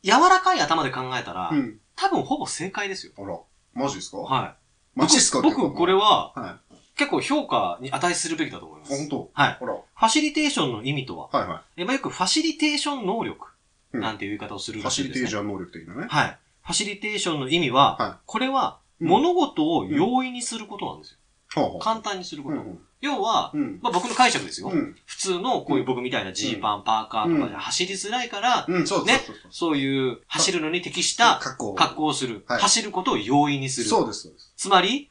Speaker 3: 柔らかい頭で考えたら、
Speaker 2: うん。
Speaker 3: 多分ほぼ正解ですよ。
Speaker 2: あら、マジですか
Speaker 3: は
Speaker 2: マジです
Speaker 3: い。
Speaker 2: か
Speaker 3: 僕、これは、
Speaker 2: は
Speaker 3: 結構評価に値するべきだと思いま
Speaker 2: あ、本
Speaker 3: す。
Speaker 2: 当
Speaker 3: はい。
Speaker 2: ほら。は
Speaker 3: ファシリテーションの意味とはい
Speaker 2: は
Speaker 3: えまあ、よくファシリテーション能力
Speaker 2: うん
Speaker 3: なんていう言い方をす
Speaker 2: い。
Speaker 3: る
Speaker 2: ファ
Speaker 3: らし
Speaker 2: シ
Speaker 3: い
Speaker 2: リ
Speaker 3: です、
Speaker 2: テ
Speaker 3: ね
Speaker 2: ージャー能力的なね。
Speaker 3: はい。ファシリテーションの意味は、
Speaker 2: は
Speaker 3: これは
Speaker 2: うん
Speaker 3: 物事を容易にすることなんですよ。
Speaker 2: ほうほ
Speaker 3: 簡単にする
Speaker 2: う。
Speaker 3: こ
Speaker 2: う
Speaker 3: と。
Speaker 2: ん。
Speaker 3: 要は、
Speaker 2: うん。
Speaker 3: まあ、僕の解釈ですよ。
Speaker 2: うん。
Speaker 3: 普通のこういう僕みたいなジーパン、パーカーとかじゃ走りづらいから、
Speaker 2: うん、そうそう
Speaker 3: ね
Speaker 2: そうそう。
Speaker 3: そういう走るのに適した
Speaker 2: 格好。
Speaker 3: 格好をする。
Speaker 2: はい
Speaker 3: 走ることを容易にする。
Speaker 2: そうです、そうです。
Speaker 3: つまり、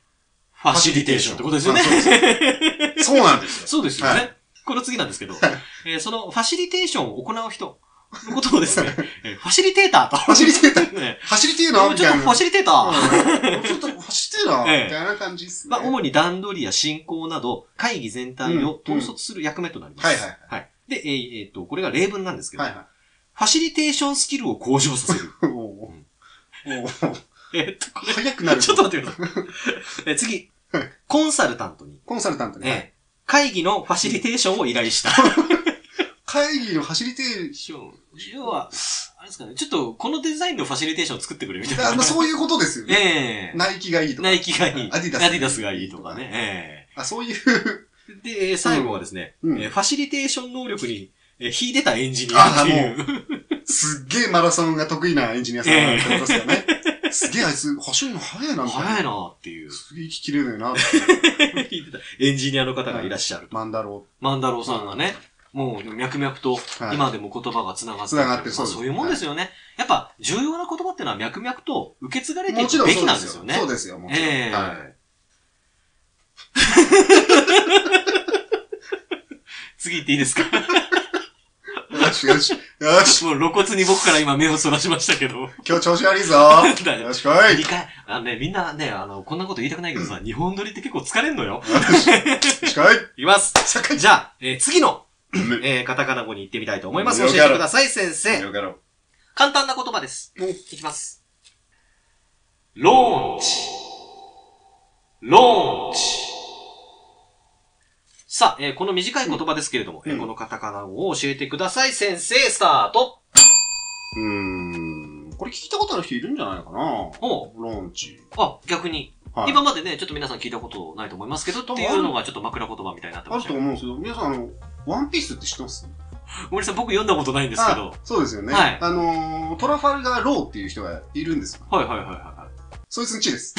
Speaker 3: ファシリテーションってことですよね。
Speaker 2: あ。そうですそうなんですよ。
Speaker 3: そうですよね。
Speaker 2: は
Speaker 3: この次なんですけど、 えーそのファシリテーションを行う人のことをですね、えーファシリテーター と。フ
Speaker 2: ァシリテ ータ
Speaker 3: ー、ね、
Speaker 2: 走りてえ
Speaker 3: ちょ
Speaker 2: な、
Speaker 3: っ
Speaker 2: み
Speaker 3: と
Speaker 2: た
Speaker 3: フ
Speaker 2: いな。
Speaker 3: ァシリテーター。
Speaker 2: うんちょっと走ってえな、み
Speaker 3: ええ
Speaker 2: たいな感じですね。
Speaker 3: まあ、主に段取りや進行など、会議全体を統率する役目となります。
Speaker 2: うんうんはいはい
Speaker 3: はい。で、えーえーっと、これが例文なんですけど、
Speaker 2: はいは
Speaker 3: ファシリテーションスキルを向上させる。
Speaker 2: い。おーおー
Speaker 3: えーっと、こ
Speaker 2: 早くな
Speaker 3: れ、
Speaker 2: る。
Speaker 3: ちょっと待ってくだ さい。えー次、コンサルタントに、
Speaker 2: コンサルタント
Speaker 3: えー
Speaker 2: ね。
Speaker 3: 会議のファシリテーションを依頼した。
Speaker 2: 会議の走りて
Speaker 3: 要は、あれですかね、ちょっとこのデザインのファシリテーションを作ってくれみた
Speaker 2: え、
Speaker 3: い
Speaker 2: あ
Speaker 3: な。
Speaker 2: まあそういうことですよね。
Speaker 3: ええ
Speaker 2: ナイキがいいとか
Speaker 3: ナ。イキがいい。
Speaker 2: アディダス
Speaker 3: がいいとかね。え
Speaker 2: あ、そういう。
Speaker 3: えで、えー最後はですね、
Speaker 2: うん
Speaker 3: えーファシリテーション能力に、えー秀でたエンジニアっていう。
Speaker 2: すっげえマラソンが得意なエンジニアさんってことですよね。すげえあいつ、走るの早いな、みたいな。
Speaker 3: 早いなーっていう。
Speaker 2: すげえ息切れるよな。
Speaker 3: エンジニアの方がいらっしゃる。
Speaker 2: マンダロ
Speaker 3: 万太郎さんがね、もう脈々と
Speaker 2: はい
Speaker 3: 今でも言葉が繋がって
Speaker 2: 繋がってるそう
Speaker 3: そう
Speaker 2: です
Speaker 3: そういうもんですよね。やっぱ重要な言葉っていうのは脈々と受け継がれ
Speaker 2: ー。
Speaker 3: てい
Speaker 2: もちろ
Speaker 3: く
Speaker 2: ん
Speaker 3: べ
Speaker 2: そ
Speaker 3: き
Speaker 2: うで
Speaker 3: なんですすよ
Speaker 2: よ。
Speaker 3: ね。
Speaker 2: そうですよ、もちろん。
Speaker 3: ええ
Speaker 2: はい
Speaker 3: 次行っていいですか
Speaker 2: よしよし。よし。
Speaker 3: もう露骨に僕から今目をそらしましたけど。
Speaker 2: 今日調子悪いぞ。
Speaker 3: だよ
Speaker 2: よろしくい。
Speaker 3: 二回、あのね、みんなね、あの、こんなこと言いたくないけどさ、日本撮りって結構疲れんのよ。
Speaker 2: 近 い。
Speaker 3: いきます。
Speaker 2: 坂
Speaker 3: じゃあ、えー次の、
Speaker 2: うん
Speaker 3: えーカタカナ語に行ってみたいと思います。教
Speaker 2: 了
Speaker 3: え
Speaker 2: 解
Speaker 3: てください、先生。
Speaker 2: かろう。
Speaker 3: 簡単な言葉です。
Speaker 2: お
Speaker 3: いきます。ローンチ。ローンチ。さあ、えーこの短い言葉ですけれども、
Speaker 2: うん
Speaker 3: えーこのカタカナ語を教えてください、先生、スタート。
Speaker 2: うーん。これ聞いたことある人いるんじゃないのかな
Speaker 3: おう
Speaker 2: ローンチ。
Speaker 3: あ、逆に、
Speaker 2: はい。
Speaker 3: 今までね、ちょっと皆さん聞いたことないと思いますけど、っていうのがちょっと枕言葉みたいになって
Speaker 2: あ
Speaker 3: ま
Speaker 2: る
Speaker 3: し
Speaker 2: と
Speaker 3: たよ
Speaker 2: 思うんですけど、皆さん、あの、ワンピースって知ってます
Speaker 3: ごめんなさい、僕読んだことないんですけど。
Speaker 2: そうですよね。
Speaker 3: はい
Speaker 2: あのー、トラファルガー・ローっていう人がいるんですよ。
Speaker 3: はいはいはいは
Speaker 2: そいつの地 です。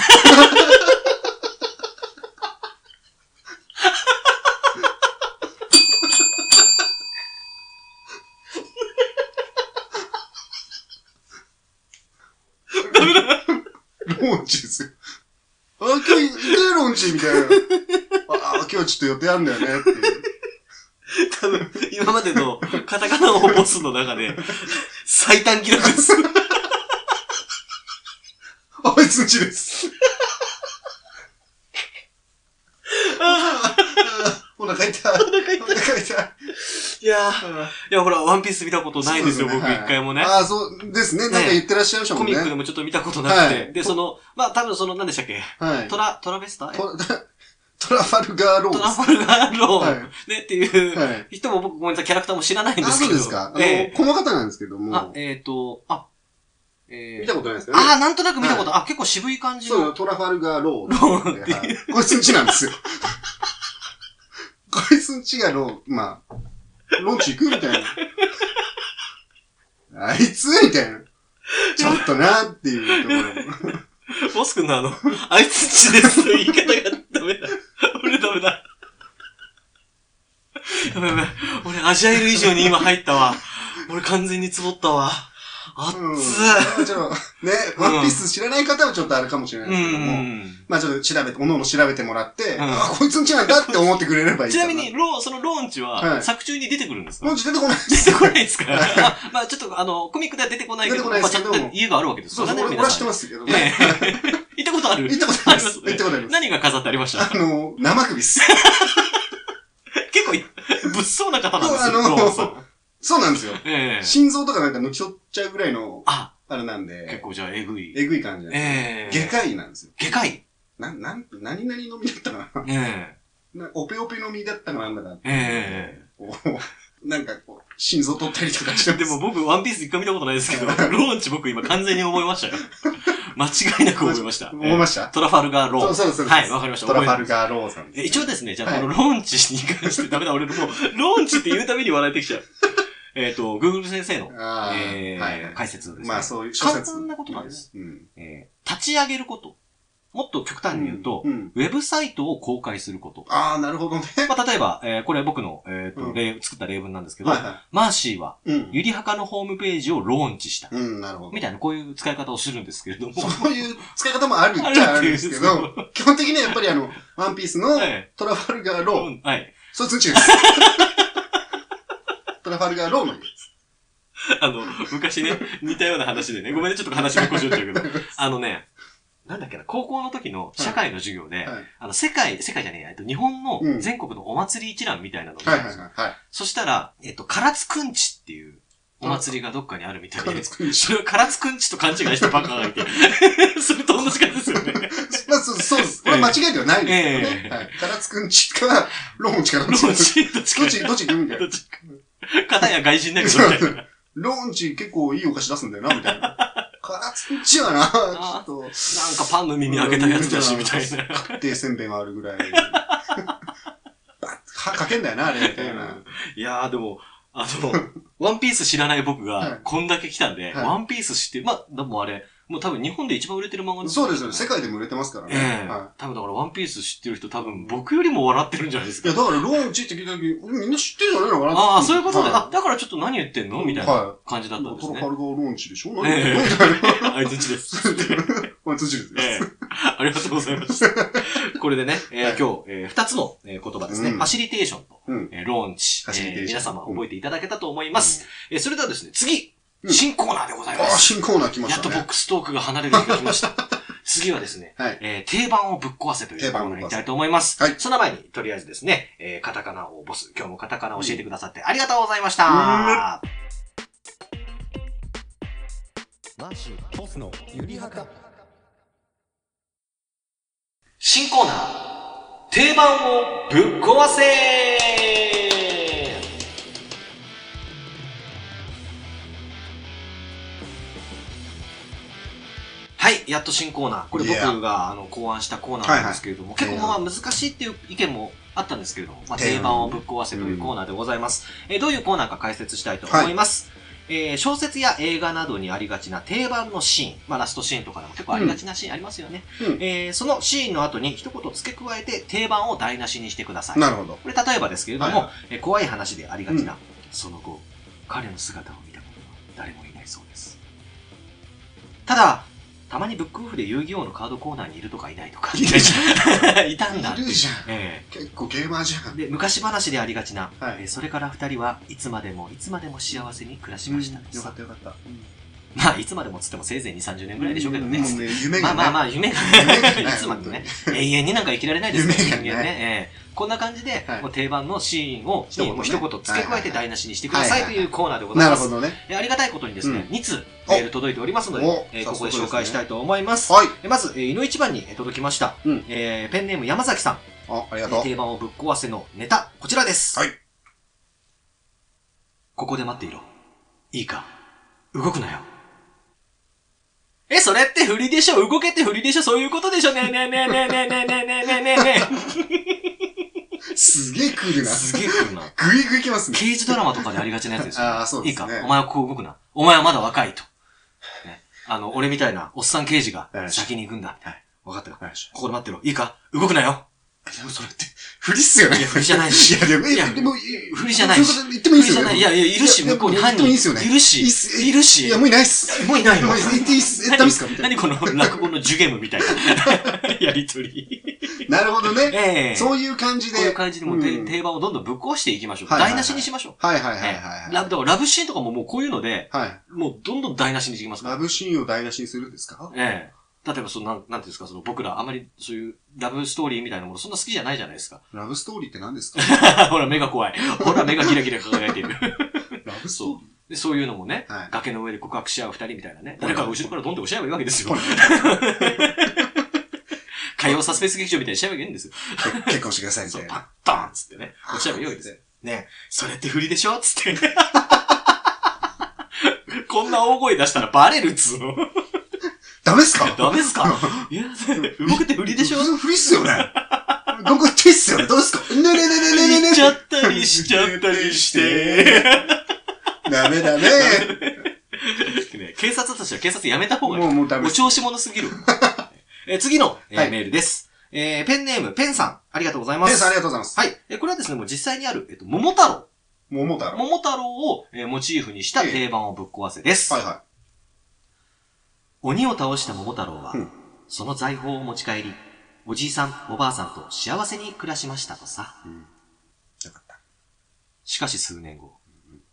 Speaker 2: ローンチですよ。あ、今日行くよ、ローンチみたいな。あ、今日ちょっと予定あんだよねっていう。
Speaker 3: い。多分、今までのカタカナをボスの中で、最短記録です。
Speaker 2: あいつの地です。 お腹痛い。お腹痛い。お腹痛い。
Speaker 3: いやー、いやほら、ワンピース見たことないんですよ、
Speaker 2: そう
Speaker 3: 僕
Speaker 2: ね
Speaker 3: 一回もね。
Speaker 2: はいああ、そうですね。なんか言ってらっしゃいましたも
Speaker 3: コ
Speaker 2: ん
Speaker 3: ミ
Speaker 2: ね。
Speaker 3: ックでもちょっと見たことなくて。
Speaker 2: はい
Speaker 3: で、その、まあ、多分その、何でしたっけ
Speaker 2: はい。
Speaker 3: トラ、トラベスタえ
Speaker 2: トラトラファルガーロー
Speaker 3: トラ
Speaker 2: です。
Speaker 3: ファルガーローン、
Speaker 2: はい
Speaker 3: ね、っていう、
Speaker 2: はい。
Speaker 3: 人も僕、ごめんなさい、キャラクターも知らないんで
Speaker 2: あ、
Speaker 3: すけ
Speaker 2: そう
Speaker 3: ど。
Speaker 2: ですか。あの、
Speaker 3: ええ
Speaker 2: この方なんですけど
Speaker 3: あ
Speaker 2: も、、
Speaker 3: えっ、と、あ、えー、
Speaker 2: 見たことないですよね。
Speaker 3: あー、なんとなく見たこと、あ、結構渋い感じ
Speaker 2: そう
Speaker 3: の。
Speaker 2: よ、トラファルガーローって言ってはいこいつんちなんですよ。こいつんちがロー、まあ、ロンチ行くみたいな。あいつみたいな。ちょっとなっていうところ。
Speaker 3: ボス君のあの、 あいつちですの言い方がダメだ。俺ダメだ。やばいやばい。俺アジャイル以上に今入ったわ。俺完全につぼったわ。あっつ
Speaker 2: うん。ちょっと、ね、ワンピース知らない方はちょっとあれかもしれない
Speaker 3: う
Speaker 2: で
Speaker 3: ん。
Speaker 2: すけども、まあちょっと調べて、おのおの調べてもらって、
Speaker 3: ん
Speaker 2: あ、こいつんちなんだって思ってくれればいい
Speaker 3: ち
Speaker 2: か
Speaker 3: なみに、、ロー、そのローンチは、
Speaker 2: はい
Speaker 3: 作中に出てくるんです
Speaker 2: ロン
Speaker 3: か
Speaker 2: チ出てこない
Speaker 3: 出てこないですかあ まあちょっと、あの、コミックでは出てこないけ
Speaker 2: 出
Speaker 3: ど、
Speaker 2: てこな
Speaker 3: まあ
Speaker 2: いです
Speaker 3: ちゃ
Speaker 2: け
Speaker 3: ん
Speaker 2: ど
Speaker 3: と家があるわけです
Speaker 2: そ
Speaker 3: よ
Speaker 2: うそう、
Speaker 3: ね、
Speaker 2: 俺
Speaker 3: 皆
Speaker 2: は知っ
Speaker 3: さ
Speaker 2: て
Speaker 3: ん。
Speaker 2: ますけど
Speaker 3: え
Speaker 2: ね。
Speaker 3: え 行ったことある
Speaker 2: 行ったことないで。
Speaker 3: ありますすね
Speaker 2: 行ったことないです。
Speaker 3: 何が飾ってありました
Speaker 2: あの、生首っす。
Speaker 3: 結構い、物騒な方なんですよ、
Speaker 2: そうあの
Speaker 3: ローンさん。
Speaker 2: そうなんですよ。
Speaker 3: ええ
Speaker 2: 心臓とかなんか抜き取っちゃうぐらいの、
Speaker 3: あ、
Speaker 2: あれなん
Speaker 3: 結
Speaker 2: で、
Speaker 3: 構じゃあ、えぐい。
Speaker 2: えぐい感じなんで
Speaker 3: ええ
Speaker 2: す。外科医なんですよ。
Speaker 3: 外科医。
Speaker 2: な、なん、何々飲みだったかな
Speaker 3: え
Speaker 2: な オペオペ飲みだったかなんだかって
Speaker 3: ええ
Speaker 2: こう、なんかこう、心臓取ったりとかして
Speaker 3: え
Speaker 2: ます
Speaker 3: でも、僕、ワンピース一回見たことないですけど、ローンチ僕今完全に覚えましたよ。間違いなく覚えました。
Speaker 2: 思いました
Speaker 3: トラファルガーロー
Speaker 2: そう
Speaker 3: ン。
Speaker 2: そうそう。
Speaker 3: はいわかりました
Speaker 2: トラファルガーローさんです
Speaker 3: え
Speaker 2: ね。
Speaker 3: 一応ですね、じゃあ
Speaker 2: はい
Speaker 3: このローンチに関して、ダメだ、俺もう、ローンチって言うたびに笑えてきちゃう。えっと、Google 先生の、
Speaker 2: ああ、
Speaker 3: えー
Speaker 2: はいはい。
Speaker 3: 解説です、ね。
Speaker 2: まあそういう諸
Speaker 3: 簡
Speaker 2: 説。
Speaker 3: 単なことなんです。
Speaker 2: うん。
Speaker 3: えー立ち上げること。もっと極端に言うと、
Speaker 2: うんうん
Speaker 3: ウェブサイトを公開すること。
Speaker 2: ああ、なるほどね。
Speaker 3: まあ、例えば、えーこれ僕の、えーと
Speaker 2: うん
Speaker 3: 例作った例文なんですけど、
Speaker 2: はいは
Speaker 3: マーシーは、
Speaker 2: い。 うん。
Speaker 3: ゆりはかのホームページをローンチした。
Speaker 2: うん、なるほど
Speaker 3: み。たいな、こういう使い方をするんですけれども。
Speaker 2: そういう使い方もあるっちゃあるんですけ
Speaker 3: ある
Speaker 2: ど、基本的にはやっぱりあの、ワンピースの
Speaker 3: はい
Speaker 2: トラファルガーロー、
Speaker 3: はい。
Speaker 2: そいつんちです。 トラファルガーローの家です。
Speaker 3: あの、昔ね、似たような話でね、ごめんね、ちょっと話がこしょっちゃうけど、あのね、なんだっけな、高校の時の社会の授業で、
Speaker 2: はいはい
Speaker 3: あの、世界、世界じゃねえや、えっと、日本の
Speaker 2: うん
Speaker 3: 全国のお祭り一覧みたいなのがあ
Speaker 2: は
Speaker 3: る
Speaker 2: い
Speaker 3: ん
Speaker 2: はい
Speaker 3: ですよ、
Speaker 2: はい。はい。
Speaker 3: そしたら、えっと、唐津くんちっていうお祭りがどっかにあるみたい
Speaker 2: カ
Speaker 3: で
Speaker 2: ル、ツくんち。
Speaker 3: それを唐津くんちと勘違いしたバカがいて、 それと同じ感じですよね。
Speaker 2: まあ、そうそうです。これ間違いではないですよね。
Speaker 3: ええ
Speaker 2: はい。カラツくんちからローンチから
Speaker 3: ローンチどっちか
Speaker 2: どっち、どっち行くみたい
Speaker 3: ど
Speaker 2: な
Speaker 3: っ。ちか。片や外人だけど、みたいな。
Speaker 2: ローンチ結構いいお菓子出すんだよな、みたいな。カラツくんちはな、ちょっと。
Speaker 3: なんかパンの耳開けたやつだし、みたいな。
Speaker 2: 確定せんべいがあるぐ らい。歯かけんだよな、あれ、みたいな。
Speaker 3: いやー、でも、あの、ワンピース知らない僕
Speaker 2: は
Speaker 3: が
Speaker 2: い、
Speaker 3: こんだけ来たんで、
Speaker 2: はい
Speaker 3: ワンピース知って、まあ、でもあれ、もう多分日本で一番売れてる漫画です
Speaker 2: そうですよね。世
Speaker 3: ね。
Speaker 2: 界でも売れてますからね。
Speaker 3: ええ
Speaker 2: は
Speaker 3: 多分だからワンピース知ってる人多分僕よりも笑ってるんじゃないです
Speaker 2: い。い
Speaker 3: か
Speaker 2: や、。だから、ローンチって聞いた時、みんな知ってるんじゃないのかな
Speaker 3: ああ、そういうことで、あ
Speaker 2: は、
Speaker 3: だからちょっと何言ってんのみたいな
Speaker 2: は
Speaker 3: 感じだったんで
Speaker 2: ト
Speaker 3: す
Speaker 2: ロファ
Speaker 3: ね。
Speaker 2: ルガーローンチでしょ 何
Speaker 3: ええ
Speaker 2: みたいな。
Speaker 3: あいつんちです。
Speaker 2: これ、辻です。
Speaker 3: ええ ありがとうございます。これでね、えー
Speaker 2: はい
Speaker 3: 今日、えー二つの、えー言葉ですね、
Speaker 2: うん
Speaker 3: ファシリテーションと、
Speaker 2: うん
Speaker 3: えーローンチ、
Speaker 2: ファシリテーション
Speaker 3: えー皆様覚えていただけたと思います。えーそれではですね、次、
Speaker 2: うん
Speaker 3: 新コーナーでござい
Speaker 2: あ
Speaker 3: ま
Speaker 2: あ、
Speaker 3: す。
Speaker 2: 新コーナー来ま
Speaker 3: や
Speaker 2: し
Speaker 3: ったとボッ
Speaker 2: ね。
Speaker 3: クストークが離れる日が来ま した。次はですね、
Speaker 2: はい
Speaker 3: えー定番をぶっ壊せという
Speaker 2: 定
Speaker 3: コ
Speaker 2: 番を
Speaker 3: ー
Speaker 2: ぶ
Speaker 3: ナ
Speaker 2: っ壊せ
Speaker 3: ーにいきたいと思います。
Speaker 2: はい
Speaker 3: その前に、とりあえずですね、えーカタカナをボス、今日もカタカナを教えてくださってありがとうございました。
Speaker 4: マーシーボスのゆりはか
Speaker 3: 新コーナー、定番をぶっ壊せはい、やっと新コーナー。これ
Speaker 2: いや
Speaker 3: 僕があの考案したコーナーなんですけれど
Speaker 2: は
Speaker 3: も、
Speaker 2: いはい
Speaker 3: 結構まあ難しいっていう意見もあったんですけれども、まあ、
Speaker 2: 提案
Speaker 3: 定番をぶっ壊せというコーナーでございます。えーどういうコーナーか解説したいと
Speaker 2: は
Speaker 3: 思
Speaker 2: い
Speaker 3: います。えー小説や映画などにありがちな定番のシーン、まあ、ラストシーンとかでも結構ありがちなシーンありますよね。
Speaker 2: うん
Speaker 3: えーそのシーンの後に一言付け加えて定番を台無しにしてください。
Speaker 2: なるほど。
Speaker 3: これ例えばですけれども、
Speaker 2: はいは
Speaker 3: えー怖い話でありがちな、その後、彼の姿を見たことは誰もいないそうです。ただ、たまにブックオフで遊戯王のカードコーナーにいるとかいないとか、
Speaker 2: いるじ
Speaker 3: いたんだって
Speaker 2: い
Speaker 3: いう
Speaker 2: るじゃん。
Speaker 3: え
Speaker 2: 結構ゲーマーじゃ
Speaker 3: ー
Speaker 2: ん。
Speaker 3: で昔話でありがちな、
Speaker 2: はい
Speaker 3: えーそれから二人はいつまでもいつまでも幸せに暮らしましたと
Speaker 2: よかっ
Speaker 3: さ
Speaker 2: たよかった。
Speaker 3: まあいつまでもっつってもせいぜい2、30年ぐらいでしょうけどね。
Speaker 2: もうね、夢が
Speaker 3: まあ
Speaker 2: ね。
Speaker 3: まあまあ、夢が、
Speaker 2: 夢が
Speaker 3: い
Speaker 2: ない
Speaker 3: つまでもね、永遠になんか生きられないですね、
Speaker 2: 夢が
Speaker 3: 人
Speaker 2: ない
Speaker 3: 間ね。ええこんな感じで、
Speaker 2: はい
Speaker 3: もう定番のシーンを、
Speaker 2: 一言ね
Speaker 3: もう一言付け加えて台無しにしてください
Speaker 2: は
Speaker 3: と
Speaker 2: い
Speaker 3: いうコーナーでござい
Speaker 2: な
Speaker 3: ま
Speaker 2: る
Speaker 3: す。
Speaker 2: ほどね。
Speaker 3: えありがたいことにですね、
Speaker 2: う
Speaker 3: 2通
Speaker 2: お
Speaker 3: メール届いておりますので
Speaker 2: お、
Speaker 3: えーここ
Speaker 2: 早速で
Speaker 3: で
Speaker 2: すね
Speaker 3: 紹介したいと思います。
Speaker 2: はい。
Speaker 3: えまず、えー、いの一番にえー届きました、
Speaker 2: うん
Speaker 3: えーペンネーム山崎さん、
Speaker 2: あ、あり
Speaker 3: え
Speaker 2: がと
Speaker 3: ー
Speaker 2: う。
Speaker 3: 定番をぶっ壊せのネタ、こちらです。
Speaker 2: はい
Speaker 3: ここで待っていろ。いいか。動くなよ。え、それって振りでしょ動けって振りでしょそういうことでしょねえねえねえねえねえねえねえねえねえねえね
Speaker 2: すげえクール
Speaker 3: え。
Speaker 2: な。
Speaker 3: すげえ来るな。
Speaker 2: ぐいぐいきますね。
Speaker 3: 刑事ドラマとかでありがちなやつですよ。
Speaker 2: ああ、そう
Speaker 3: い
Speaker 2: で
Speaker 3: い
Speaker 2: す
Speaker 3: か
Speaker 2: ね。。
Speaker 3: お前はこう動くな。お前はまだ若いと。ね、あの、俺みたいなおっさん刑事が
Speaker 2: はい
Speaker 3: 先に行くんだ。分かったか。
Speaker 2: はい
Speaker 3: ここで待ってろ。いいか動くなよ。
Speaker 2: でもそれって、振りっすよね。
Speaker 3: いや振りじゃないし
Speaker 2: いや、でも、
Speaker 3: いや
Speaker 2: でも、
Speaker 3: 振りじゃないし
Speaker 2: そううこと言ってもいいっすよね。
Speaker 3: いやいや、いるし、
Speaker 2: いや
Speaker 3: 向こうに
Speaker 2: いや
Speaker 3: 犯
Speaker 2: でも
Speaker 3: 人
Speaker 2: いいっすよね
Speaker 3: いるし、
Speaker 2: いいっす
Speaker 3: いるし
Speaker 2: いや、、もういないっす。
Speaker 3: もういないの
Speaker 2: もう言っていいっす。え、ダメっすか みたい
Speaker 3: 何この落語のジュゲムみたい なやりとり。
Speaker 2: な。なるほどね。
Speaker 3: ええ
Speaker 2: そういう感じで。
Speaker 3: こういう感じでもう定
Speaker 2: ん
Speaker 3: 定番をどんどんぶっ壊していきましょう。
Speaker 2: はいはい
Speaker 3: 台
Speaker 2: はい
Speaker 3: 無しにしましょう。
Speaker 2: はいはいはい
Speaker 3: ね
Speaker 2: はい
Speaker 3: ラ
Speaker 2: は
Speaker 3: ブラブシーンとかももうこういうので、
Speaker 2: い。はい。
Speaker 3: もうどんどん台無しにしていきますから
Speaker 2: ラ。ブシーンを台無しにするんですか
Speaker 3: ええ例えばその、なんなんていうんですか、その僕らあまりそういうラブストーリーみたいなものそんな好きじゃないじゃないですか。
Speaker 2: ラブストーリーって何ですか
Speaker 3: ほら目が怖い。ほら目がギラギラ輝い ている。
Speaker 2: ラブストーリ
Speaker 3: で、そういうのもね、
Speaker 2: はい
Speaker 3: 崖の上で告白し合う二人みたいなね、誰かが後ろからどんどん押し合えばいいわけですよ。火曜サスペンス劇場みたいにしちゃえばいいんですよ。
Speaker 2: ー結婚してくださいみ
Speaker 3: そ
Speaker 2: た
Speaker 3: う、
Speaker 2: い
Speaker 3: パッ
Speaker 2: な。
Speaker 3: ターンっつってね、落ちちゃえばいいわけですよ。ねそれって振りでしょつって。こんな大声出したらバレるっつうの。
Speaker 2: ダダメっすか
Speaker 3: ダメっすかいや、それ、動くって振りでしょ
Speaker 2: ふふりっすよね。どこってっすよね。どうですかねねねねねねね
Speaker 3: 行っちゃったりしちゃったりして。。
Speaker 2: ダメダメ。
Speaker 3: ね警察としては警察やめた方がいい。
Speaker 2: もうもうダメ
Speaker 3: お。調子者すぎる。えー次の、えー
Speaker 2: はい
Speaker 3: メールです。えーペンネーム、ペンさん、ありがとうございま
Speaker 2: ペ
Speaker 3: す。
Speaker 2: ンさんありがとうございます。
Speaker 3: はい。えーこれはですね、もう実際にある、えっと、桃太郎。
Speaker 2: 桃太郎。
Speaker 3: 桃太郎を、えーモチーフにした
Speaker 2: ええ
Speaker 3: 定番をぶっ壊せです。
Speaker 2: はいは
Speaker 3: 鬼を倒した桃太郎は、
Speaker 2: うん
Speaker 3: その財宝を持ち帰り、おじいさん、おばあさんと幸せに暮らしましたとさ。
Speaker 2: い。よかった。
Speaker 3: しかし数年後、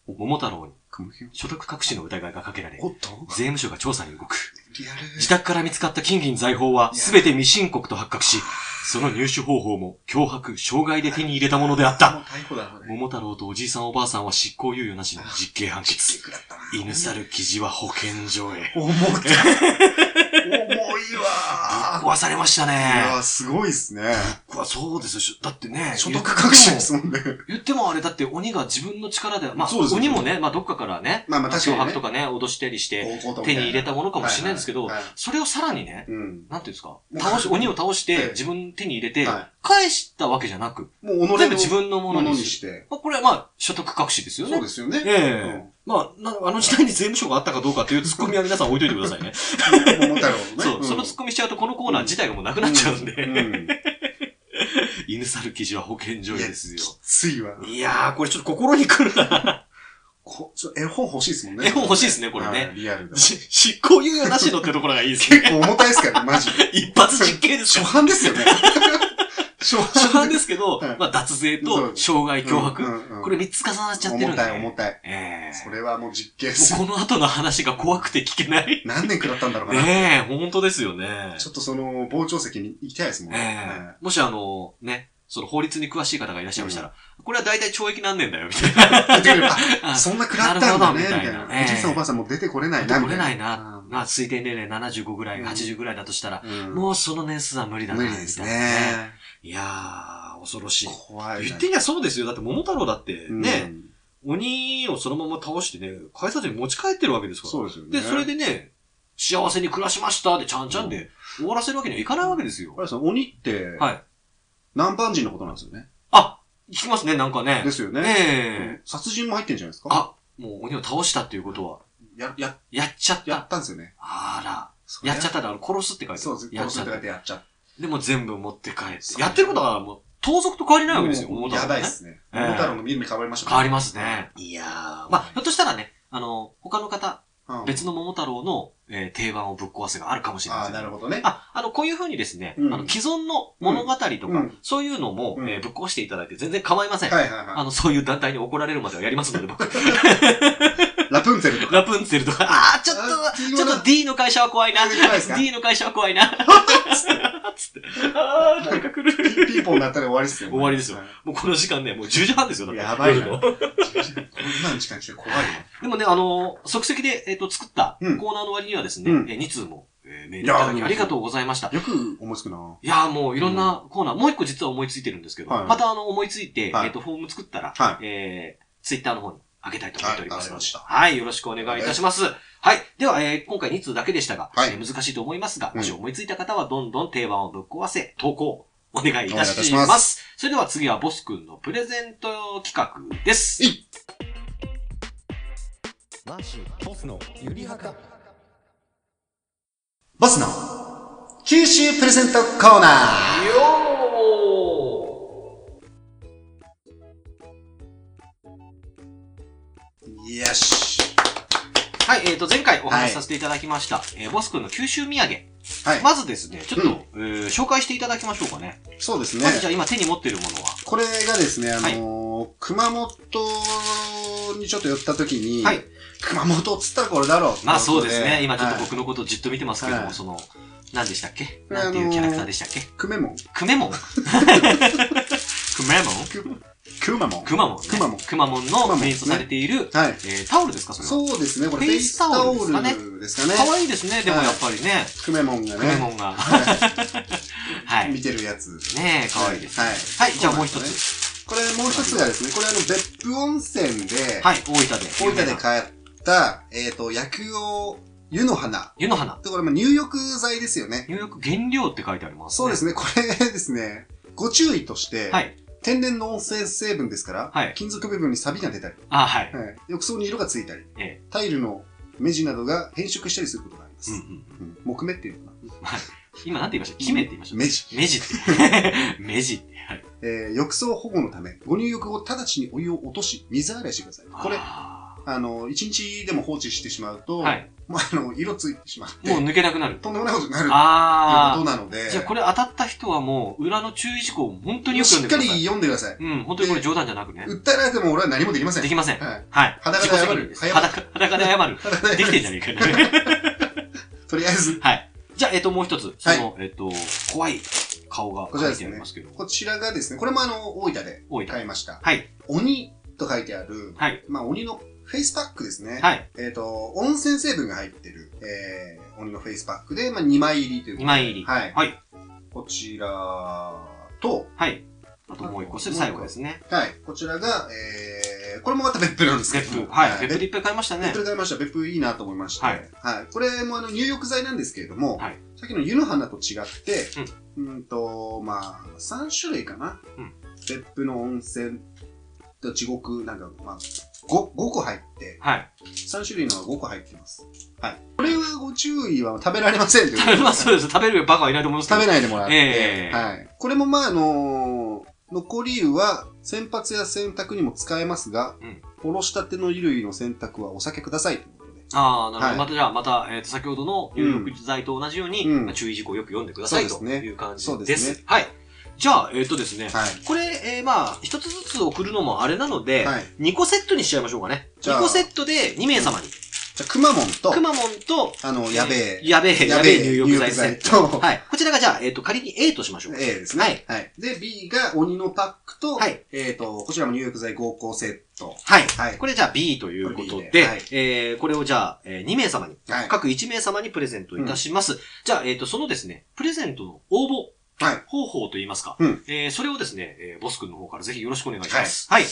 Speaker 3: 桃太郎に
Speaker 2: 雲広
Speaker 3: 所得隠しの疑いがかけられ、
Speaker 2: おっと
Speaker 3: 税務署が調査に動く。
Speaker 2: リアル。
Speaker 3: 自宅から見つかった金銀財宝は全て未申告と発覚し、その入手方法も脅迫、傷害で手に入れたものであった。
Speaker 2: もう逮捕だろうね。
Speaker 3: 桃太郎とおじいさんおばあさんは執行猶予なしの実刑判
Speaker 2: きつ
Speaker 3: 決。
Speaker 2: くだったな。
Speaker 3: 犬猿記事は保健所へ。
Speaker 2: 重た。重いわ
Speaker 3: 壊されました
Speaker 2: ー。い
Speaker 3: ね
Speaker 2: や。ー、すごいっすね。
Speaker 3: うわそうですよ。しだってね。
Speaker 2: 所得隠しです
Speaker 3: 言っても
Speaker 2: もんね。
Speaker 3: 言ってもあれだって鬼が自分の力で、まあ、
Speaker 2: そうですよ
Speaker 3: 鬼もね、まあどっかからね、
Speaker 2: まあまあ確かにね
Speaker 3: 脅迫とかね、脅したりして、手に入れたものかもしれないんですけど
Speaker 2: はいはいはい
Speaker 3: それをさらにね、
Speaker 2: うん。
Speaker 3: なんていうんですか、
Speaker 2: なんか
Speaker 3: 倒し、鬼を倒し
Speaker 2: ええ
Speaker 3: て自分の手に入れて、
Speaker 2: は
Speaker 3: 返したわけじゃなく、
Speaker 2: い。もう己を
Speaker 3: 全部自分の
Speaker 2: も
Speaker 3: もの
Speaker 2: の
Speaker 3: に
Speaker 2: に
Speaker 3: し。
Speaker 2: してて。
Speaker 3: まあ、これはまあ、所得隠しですよね。
Speaker 2: そうですよね。
Speaker 3: ええ
Speaker 2: うん
Speaker 3: まあな、あの時代に税務署があったかどうかというツッコミは皆さん置いといてくだ さいね。
Speaker 2: 桃太郎ね。
Speaker 3: そう、
Speaker 2: ん
Speaker 3: そのツッコミしちゃうとこのコーナー自体がもうなくなっちゃうんで。
Speaker 2: うん
Speaker 3: 犬猿記事は保健所
Speaker 2: いや、
Speaker 3: です
Speaker 2: き
Speaker 3: よ。
Speaker 2: ついわ。
Speaker 3: いやー、これちょっと心に来るな。
Speaker 2: こちょ絵本欲しいですもんね。
Speaker 3: 絵本欲しいですねこれね
Speaker 2: はいリアルだ。
Speaker 3: し執行猶予なしのってところがいいです ね。
Speaker 2: 結構重たいですからね、マジで。
Speaker 3: 一発実刑です
Speaker 2: 初
Speaker 3: よ。
Speaker 2: 版です よね。初版。
Speaker 3: 初犯ですけど、
Speaker 2: はい
Speaker 3: まあ、脱税
Speaker 2: そう
Speaker 3: と傷害、脅迫、
Speaker 2: うんうん
Speaker 3: これ三つ重なっちゃってる
Speaker 2: 重
Speaker 3: んで。
Speaker 2: たい、重たい。
Speaker 3: ええ
Speaker 2: それはもう実験する。
Speaker 3: もうこの後の話が怖くて聞け ない。
Speaker 2: 何年食らったんだろうかな。
Speaker 3: ねえ、本当ですよね。
Speaker 2: ちょっとその、傍聴席に行きたいですもん
Speaker 3: ええ
Speaker 2: ね。
Speaker 3: もしあの、ね、その法律に詳しい方がいらっしゃいましたら、これは大体懲役何年だよ、みたい
Speaker 2: 言ってくれば
Speaker 3: な。
Speaker 2: あそんな食らったんだね、み
Speaker 3: なるほ
Speaker 2: たい
Speaker 3: どみたいな
Speaker 2: な。おじいさんおばあさんも出てこれないな、み
Speaker 3: 取
Speaker 2: た
Speaker 3: れ
Speaker 2: い
Speaker 3: ない
Speaker 2: な
Speaker 3: な。。まあ、推定年齢75ぐらい、
Speaker 2: うん
Speaker 3: 80ぐらいだとしたら、
Speaker 2: うん
Speaker 3: もうその年数は無理だな。
Speaker 2: 無理です
Speaker 3: みたいなね。
Speaker 2: ね。
Speaker 3: いやー、恐ろしい。
Speaker 2: 怖いな。
Speaker 3: 言ってみりゃそうですよ。だって桃太郎だって
Speaker 2: うん
Speaker 3: ね、。鬼をそのまま倒してね、改札に持ち帰ってるわけですから。
Speaker 2: そうですよね。
Speaker 3: で、それでね、幸せに暮らしましたで、ちゃんちゃんで終わらせるわけにはいかないわけですよ
Speaker 2: あ。れですよ鬼って、
Speaker 3: はい。
Speaker 2: 南蛮人のことなんですよね。
Speaker 3: あ、聞きますね、なんかね。
Speaker 2: ですよね。
Speaker 3: ねえ。
Speaker 2: 殺人も入ってんじゃないですか
Speaker 3: あ、もう鬼を倒したっていうことは、
Speaker 2: や、や、
Speaker 3: やっちゃっ。
Speaker 2: やったたんですよね。
Speaker 3: あ
Speaker 2: そり
Speaker 3: ら。やっちゃったで、あの、殺すって書いて
Speaker 2: そうです。
Speaker 3: やっ
Speaker 2: 殺
Speaker 3: ち
Speaker 2: す
Speaker 3: ゃ
Speaker 2: っ書
Speaker 3: ってた
Speaker 2: い。てやっちゃっ
Speaker 3: でも全部持って帰って
Speaker 2: そ。う
Speaker 3: やってることはもう、盗賊と変わりないわけですよ。
Speaker 2: もう
Speaker 3: 桃太郎
Speaker 2: や
Speaker 3: ね
Speaker 2: ばいっすね。
Speaker 3: ええ
Speaker 2: 桃太郎の見る目変わりました
Speaker 3: 変わり
Speaker 2: ま
Speaker 3: ますね。いやー。まあ、ひょっとしたらね、あの、他の方、
Speaker 2: す
Speaker 3: 別の桃太郎の、えー定番をぶっ壊せがあるかもしれま
Speaker 2: ああ、
Speaker 3: せん。
Speaker 2: なるほどね。
Speaker 3: あ、あの、こういうふうにですね、
Speaker 2: うん
Speaker 3: あの、既存の物語とか、
Speaker 2: うん
Speaker 3: そういうのも、
Speaker 2: うん
Speaker 3: えーぶっ壊していただいて全然構いません。
Speaker 2: はいはいは
Speaker 3: あの、そういう団体に怒られるまではやりますの で、僕。
Speaker 2: い。ラプンツェルとか。
Speaker 3: ラプンツェルとか、あーちょっ
Speaker 2: あー
Speaker 3: と、ちょっと D の会社は怖いな。
Speaker 2: D の会社ですか
Speaker 3: D の会社は怖 いな。つって。あー、誰か来る。
Speaker 2: ピーポーになったら終わりっすよね。
Speaker 3: 終わりですよ
Speaker 2: は
Speaker 3: もうこの時間ね、もう10時半ですよ、だ
Speaker 2: い。
Speaker 3: って
Speaker 2: やばいな。
Speaker 3: 夜
Speaker 2: こ
Speaker 3: の
Speaker 2: んなの時間来て怖いよ。
Speaker 3: でもね、あのー即席で、えっ、と、作ったコ
Speaker 2: うん
Speaker 3: ーナーの割にはですね、
Speaker 2: うん
Speaker 3: え2通も、えーメールいただ
Speaker 2: い
Speaker 3: き
Speaker 2: やー
Speaker 3: ありがとうございました。
Speaker 2: よく思いつくな。
Speaker 3: いやーもういろんなコーナー、もう一個実は思いついてるんですけど、
Speaker 2: はい
Speaker 3: またあの、思いついて、
Speaker 2: はい
Speaker 3: えっ、と、フォーム作ったら、
Speaker 2: は
Speaker 3: えー、ツイッターの方に上げたいと思っておりますので、
Speaker 2: は
Speaker 3: はい、よろしくお願いいたします。はい。では、えー今回2通だけでしたが、
Speaker 2: はい
Speaker 3: えー難しいと思いますが、
Speaker 2: うん
Speaker 3: もし思いついた方はどんどん定番をぶっ壊せ、投稿、お願いいた
Speaker 2: お願いいた
Speaker 3: し
Speaker 2: し
Speaker 3: ます。
Speaker 2: ま
Speaker 3: それでは次はボス君のプレゼント企画です。
Speaker 4: マーシーボスのゆりはか
Speaker 2: ボスの九州プレゼントコーナー
Speaker 3: よ
Speaker 2: よし。
Speaker 3: ーはい、えっ、と、前回お話しさせていただきました、えーボス君の九州土産。
Speaker 2: はい
Speaker 3: まずですね、ちょっと、
Speaker 2: うん
Speaker 3: えー紹介していただきましょうかね。
Speaker 2: そうですね
Speaker 3: ま。ずじゃあ今手に持ってるものは。
Speaker 2: これがですね、あのー熊本にちょっと寄った時に、
Speaker 3: はい
Speaker 2: 熊本っつったらこれだろうってこと
Speaker 3: まあそうですね、今ちょっと
Speaker 2: はい
Speaker 3: 僕のことじっと見てますけども、
Speaker 2: はい
Speaker 3: その、何でしたっけ
Speaker 2: これあ
Speaker 3: な
Speaker 2: のー
Speaker 3: んていうキャラクターでしたっけ
Speaker 2: くめもん。
Speaker 3: くめもんくめもん
Speaker 2: くまもん。
Speaker 3: くまもん、ね。
Speaker 2: くまもん
Speaker 3: くまもん
Speaker 2: くまも
Speaker 3: の
Speaker 2: ん
Speaker 3: メイストされている、
Speaker 2: はい。
Speaker 3: えータオルですかそれは。
Speaker 2: そうですね、これフ
Speaker 3: フェ
Speaker 2: ェ
Speaker 3: イ
Speaker 2: イ
Speaker 3: ス
Speaker 2: ス
Speaker 3: タ
Speaker 2: タ
Speaker 3: オ
Speaker 2: オル
Speaker 3: ルですかね
Speaker 2: ですかね。
Speaker 3: かわいいですね、でもやっぱりね。
Speaker 2: くめもんが
Speaker 3: くめ
Speaker 2: ね、
Speaker 3: もんが。 は。
Speaker 2: はいい見
Speaker 3: ね
Speaker 2: てるやつ。
Speaker 3: え、かわいいです。
Speaker 2: はい。
Speaker 3: はい、じゃあもう一
Speaker 2: そうなんで
Speaker 3: つ。
Speaker 2: これもう一つがですね、これあの、別府温泉で、
Speaker 3: はい、大分で。
Speaker 2: 大分で買った、えっ、と、薬王湯の花。
Speaker 3: 湯の花。
Speaker 2: とこれ、まあ入浴剤ですよね。
Speaker 3: 入浴原料って書いてありますね。
Speaker 2: そうです
Speaker 3: ね。
Speaker 2: ね。これですね、ご注意として、
Speaker 3: はい。
Speaker 2: 天然の温泉成分ですから、
Speaker 3: はい
Speaker 2: 金属部分に錆びが出たり、
Speaker 3: あ、はい。
Speaker 2: はい浴槽に色がついたり、
Speaker 3: ええ
Speaker 2: タイルの目地などが変色したりすることがあります。
Speaker 3: うんうん。
Speaker 2: うん木目っていうのかな。
Speaker 3: 今なんて言いました姫って言いました
Speaker 2: 目地。
Speaker 3: 目地って。 目地って。はい。
Speaker 2: えー浴槽保護のため、ご入浴後直ちにお湯を落とし、水洗いしてください。これ、あ
Speaker 3: あ
Speaker 2: の、一日でも放置してしまうと、
Speaker 3: ーはい。
Speaker 2: もうあの、色ついてしまって、
Speaker 3: もう抜けなくなる。
Speaker 2: とんでもないことになるとい
Speaker 3: あ
Speaker 2: うことなので、
Speaker 3: あ。じゃあこれ当たった人はもう裏の注意事項を本当によく
Speaker 2: し
Speaker 3: 読
Speaker 2: っ
Speaker 3: んで
Speaker 2: か
Speaker 3: くだ
Speaker 2: り
Speaker 3: さい。
Speaker 2: 読んでください。
Speaker 3: うん、本当にこれ冗談じゃなくね。
Speaker 2: 訴えられても俺は何もできません。
Speaker 3: できません。
Speaker 2: はい。
Speaker 3: はい。
Speaker 2: 裸で
Speaker 3: 自己責
Speaker 2: 謝
Speaker 3: 任
Speaker 2: る
Speaker 3: です裸裸で謝る。できてんじゃねえかね。
Speaker 2: とりあえず、
Speaker 3: はい。じゃあ、えっと、もう一つ。その、えっと、怖い顔が
Speaker 2: こちらで
Speaker 3: 書い
Speaker 2: す
Speaker 3: て
Speaker 2: ね
Speaker 3: ありますけど。
Speaker 2: こちらがですね、これもあの、大分で
Speaker 3: 多い
Speaker 2: 買いました。
Speaker 3: はい。
Speaker 2: 鬼と書いてある、
Speaker 3: はい。
Speaker 2: まあ、鬼のフェイスパックですね。
Speaker 3: はい。
Speaker 2: えっ、と、温泉成分が入ってる、えー、鬼のフェイスパックで、まあ、2枚入りということ
Speaker 3: 2
Speaker 2: で
Speaker 3: 枚入り。
Speaker 2: はい。
Speaker 3: はい。
Speaker 2: こちらと、
Speaker 3: はい。あともう一個、それ最後ですね。
Speaker 2: はい。こちらが、えー、これもまた別府なんですけ
Speaker 3: 別
Speaker 2: ども。
Speaker 3: 府。はい。
Speaker 2: 別
Speaker 3: 別府
Speaker 2: 府
Speaker 3: でいっぱい買いましたね
Speaker 2: 別。府買いました。別府いいなと思いまして。
Speaker 3: は
Speaker 2: はいい。これもあの入浴剤なんですけれども、
Speaker 3: はい
Speaker 2: さっきの湯の花と違って、うん、と、まあ、3種類かな。
Speaker 3: うん
Speaker 2: 別府の温泉と地獄、なんか、まあ、5, 5個入って、
Speaker 3: はい。
Speaker 2: 3種類のが5個入ってます。はい。これはご注意は食べられませんということで
Speaker 3: まあそうです。食べるバカはいないと思いますけど
Speaker 2: 食べないでもらって、
Speaker 3: ええ
Speaker 2: はい、これもまあ、あのー残り湯は洗髪や洗濯にも使えますが、
Speaker 3: うん
Speaker 2: おろしたての衣類の洗濯はお避けくださいということで。
Speaker 3: ああ、なるほど。
Speaker 2: はい
Speaker 3: またじゃあ、また、えっ、と、先ほどの入浴剤と同じように、
Speaker 2: うん
Speaker 3: まあ注意事項をよく読んでください、
Speaker 2: そう
Speaker 3: と
Speaker 2: ですね
Speaker 3: いう感じです。
Speaker 2: そうですね
Speaker 3: はい。じゃあ、えっ、とですね。
Speaker 2: はい。
Speaker 3: これ、えーまあ、一つずつ送るのもあれなので、
Speaker 2: はい。
Speaker 3: 二2個セットにしちゃいましょうかね。
Speaker 2: じゃあ
Speaker 3: 2個セットで2名様に、
Speaker 2: じゃあ、くまモンと、
Speaker 3: くまモンと、
Speaker 2: あの、やべえ、
Speaker 3: えーやべえ、やべえ入浴剤セッ
Speaker 2: と、
Speaker 3: ト。はい。こちらがじゃあ、えっ、と、仮に A としましょう。
Speaker 2: A ですね。
Speaker 3: はい。
Speaker 2: はい。で、B が鬼のパックと、
Speaker 3: はい
Speaker 2: えっ、と、こちらも入浴剤合コセット。
Speaker 3: はい。
Speaker 2: はい。
Speaker 3: これじゃあ B ということ
Speaker 2: これ B
Speaker 3: で、
Speaker 2: ではい
Speaker 3: えーこれをじゃあ、え2名様に、
Speaker 2: はい。
Speaker 3: 各1名様にプレゼントいたします。じゃあ、えっ、と、そのですね、プレゼントの応募
Speaker 2: はい。
Speaker 3: 方法といいますか、
Speaker 2: うん
Speaker 3: えーそれをですね、えーボス君の方からぜひよろしくお願いします。はい。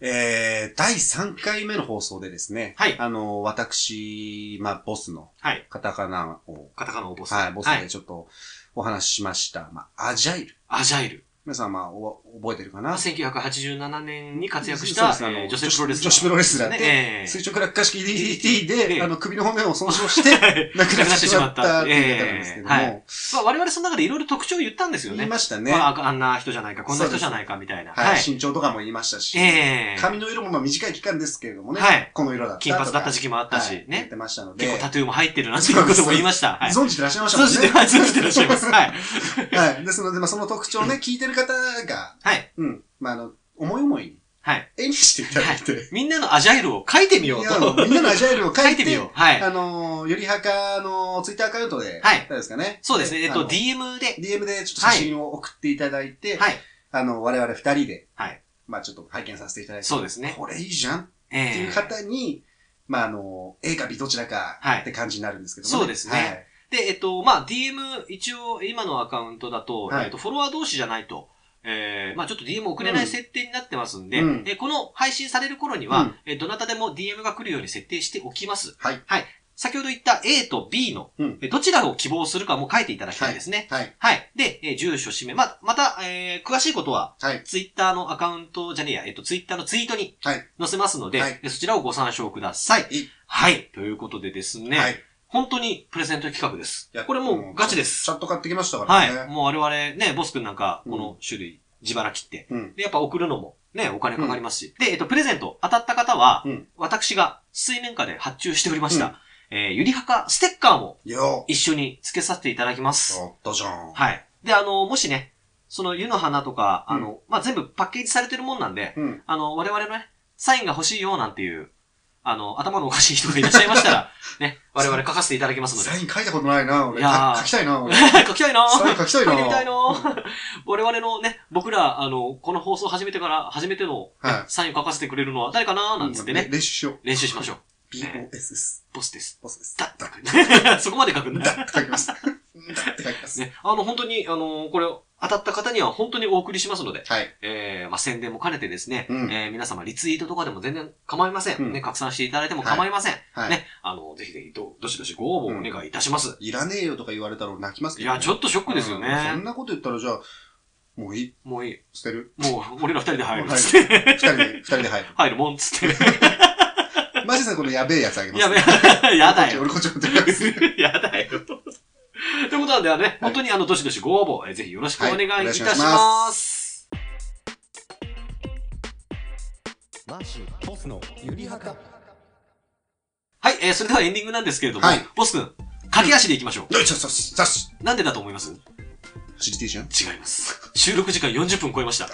Speaker 2: えー、第3回目の放送でですね、
Speaker 3: はい
Speaker 2: あの、私、まあ、ボスの
Speaker 3: はい。
Speaker 2: カタカナを
Speaker 3: カタカナをボス。
Speaker 2: はい、ボス
Speaker 3: は
Speaker 2: で
Speaker 3: い。
Speaker 2: ちょっとお話ししました。まあ、アジャイル。
Speaker 3: アジャイル。
Speaker 2: 皆さん、まあ、お覚えてるか
Speaker 3: まあ
Speaker 2: な
Speaker 3: 1987年に活躍し
Speaker 2: そう
Speaker 3: た、
Speaker 2: ですねあの
Speaker 3: えー女性プロレスラー。
Speaker 2: 女子プロレスラー
Speaker 3: ね
Speaker 2: で、
Speaker 3: ええ
Speaker 2: 垂直落下式 DDT で、
Speaker 3: ええ
Speaker 2: あの、首の骨を損傷 して、亡くなってしまったっていう方なんですけども、
Speaker 3: ええはまあ、我々その中でいろいろ特徴を言ったんですよ
Speaker 2: 言い
Speaker 3: ね。
Speaker 2: ましたね。
Speaker 3: まあ、あんな人じゃないか、こんな人じゃないか、みたいな。
Speaker 2: はい、
Speaker 3: はい。
Speaker 2: 身長とかも言いましたし、
Speaker 3: ええ
Speaker 2: 髪の色もまあ短い期間ですけれどもね、
Speaker 3: はい
Speaker 2: この色だったとか
Speaker 3: 金髪だった時期もあったし、
Speaker 2: はい言っ
Speaker 3: ね。
Speaker 2: てましたので、
Speaker 3: 結構タトゥーも入ってるなんていうことも言いました。はい。
Speaker 2: 存じてらっしゃいましたも
Speaker 3: 存
Speaker 2: んね。
Speaker 3: じて、はい、存じてらっしゃいます。はい。
Speaker 2: はい。ですので、まあ、その特徴をね、聞いてる方が、
Speaker 3: はい。
Speaker 2: うん、まあ、あの、思い思いに
Speaker 3: はい。
Speaker 2: 絵にしていただいて、
Speaker 3: みんなのアジャイルを書いてみよ
Speaker 2: いうや、あの
Speaker 3: と。
Speaker 2: みんなのアジャイルを書
Speaker 3: 書
Speaker 2: い
Speaker 3: い
Speaker 2: て、
Speaker 3: てみよう。はい。
Speaker 2: あのー、よりはかのツイッターアカウントで、
Speaker 3: はい
Speaker 2: 誰ですかね。
Speaker 3: そうですね。えっ
Speaker 2: あ
Speaker 3: と、
Speaker 2: の
Speaker 3: DM で。
Speaker 2: DM でちょっと写真を送っていただいて、
Speaker 3: はい。
Speaker 2: あの、我々二人で、
Speaker 3: はい。
Speaker 2: まあちょっと拝見させていただいて、
Speaker 3: そうですね。
Speaker 2: これいいじゃんっ
Speaker 3: え
Speaker 2: て
Speaker 3: え
Speaker 2: いう方に、まああの、A か B どちらか
Speaker 3: はい
Speaker 2: って感じになるんですけど
Speaker 3: そうですね
Speaker 2: はい
Speaker 3: で、えっと、まあ、DM、一応、今のアカウントだと、
Speaker 2: はい
Speaker 3: えっと、フォロワー同士じゃないと、えー、まあ、ちょっと DM 送れない設定になってますんで、
Speaker 2: うん
Speaker 3: えこの配信される頃には、
Speaker 2: うん
Speaker 3: えどなたでも DM が来るように設定しておきます。
Speaker 2: はい。
Speaker 3: はい。先ほど言った A と B の、
Speaker 2: うん
Speaker 3: えどちらを希望するかも書いていただきたいですね。
Speaker 2: はい。
Speaker 3: はい。で、えー住所、氏名、まあ、また、えー詳しいことは、
Speaker 2: はい。
Speaker 3: Twitter のアカウントじゃねえや、えっと、Twitter のツイートに
Speaker 2: はい。
Speaker 3: 載せますので、
Speaker 2: はい
Speaker 3: えそちらをご参照ください。
Speaker 2: い
Speaker 3: はい。ということでですね、
Speaker 2: はい。
Speaker 3: 本当にプレゼント企画です
Speaker 2: いや。
Speaker 3: これもうガチです
Speaker 2: ち。ゃんと買ってきましたからね。
Speaker 3: はい。もう我々ね、ボス君なんか、この種類、自腹切って。
Speaker 2: うん。
Speaker 3: で、やっぱ送るのも、ね、お金かかりますし。で、えっと、プレゼント当たった方は、
Speaker 2: うん
Speaker 3: 私が水面下で発注しておりました、えー、ゆりはかステッカーも
Speaker 2: よ
Speaker 3: 一緒に付けさせていただきます。
Speaker 2: おっとじゃん。
Speaker 3: はい。で、あの、もしね、その湯の花とか、
Speaker 2: うん
Speaker 3: あの、まあ、全部パッケージされてるもんなんで、
Speaker 2: うん。
Speaker 3: あの、我々のね、サインが欲しいよなんていう、あの、頭のおかしい人がいらっしゃいましたら、 ね、我々書かせていただきますので
Speaker 2: サ。イン書いたことないな、
Speaker 3: い
Speaker 2: 俺。
Speaker 3: やー
Speaker 2: か書きたいな、俺。
Speaker 3: 書きたいな
Speaker 2: サイン書きたいな
Speaker 3: 書いてみたいな我々のね、僕ら、あの、この放送始めてから、初めての、
Speaker 2: は
Speaker 3: ね
Speaker 2: い
Speaker 3: サインを書かせてくれるのは誰かななんつってね、
Speaker 2: 練習しよう。
Speaker 3: 練習しましょう。
Speaker 2: BOS です。
Speaker 3: ボスです。
Speaker 2: ボスです。
Speaker 3: だって書く そこまで書くんだ。
Speaker 2: だって書きます。だって書きます。
Speaker 3: ね、あの、本当に、あの、これ、当たった方には本当にお送りしますので、
Speaker 2: はい。
Speaker 3: えー、まあ、宣伝も兼ねてですね、
Speaker 2: うん
Speaker 3: えー皆様リツイートとかでも全然構いません。
Speaker 2: うん
Speaker 3: ね、拡散していただいても構いません。
Speaker 2: はい。
Speaker 3: ね、あの、ぜひぜひど、どしどしご応募お願いいたします。
Speaker 2: いらねえよとか言われたら俺泣きますけ
Speaker 3: い
Speaker 2: どね、
Speaker 3: や、ちょっとショックですよね。
Speaker 2: うんそんなこと言ったら、じゃあ、もういい
Speaker 3: もういい。
Speaker 2: 捨てる
Speaker 3: もう、俺ら二人で入るっつって。
Speaker 2: 二人で、二人で入る。
Speaker 3: 入るもんっつって。
Speaker 2: マジさん、このやべえやつあげます。
Speaker 3: やべ、 やだよ。
Speaker 2: 俺こっち持ってるやつ。
Speaker 3: やだよ。ということなんで、あのね、本当にあの、どしどしご応募、えーぜひよろしくお願いいたし
Speaker 2: はいお願いしま
Speaker 3: ます。
Speaker 4: マシボスのゆりはか
Speaker 3: はい、えーそれではエンディングなんですけれども、
Speaker 2: はい
Speaker 3: ボス君、駆け足でいきましょ
Speaker 2: よいしょ、さし、さし。
Speaker 3: う。なんでだと思います違
Speaker 2: ファシリテーション
Speaker 3: います。収録時間40分超えました。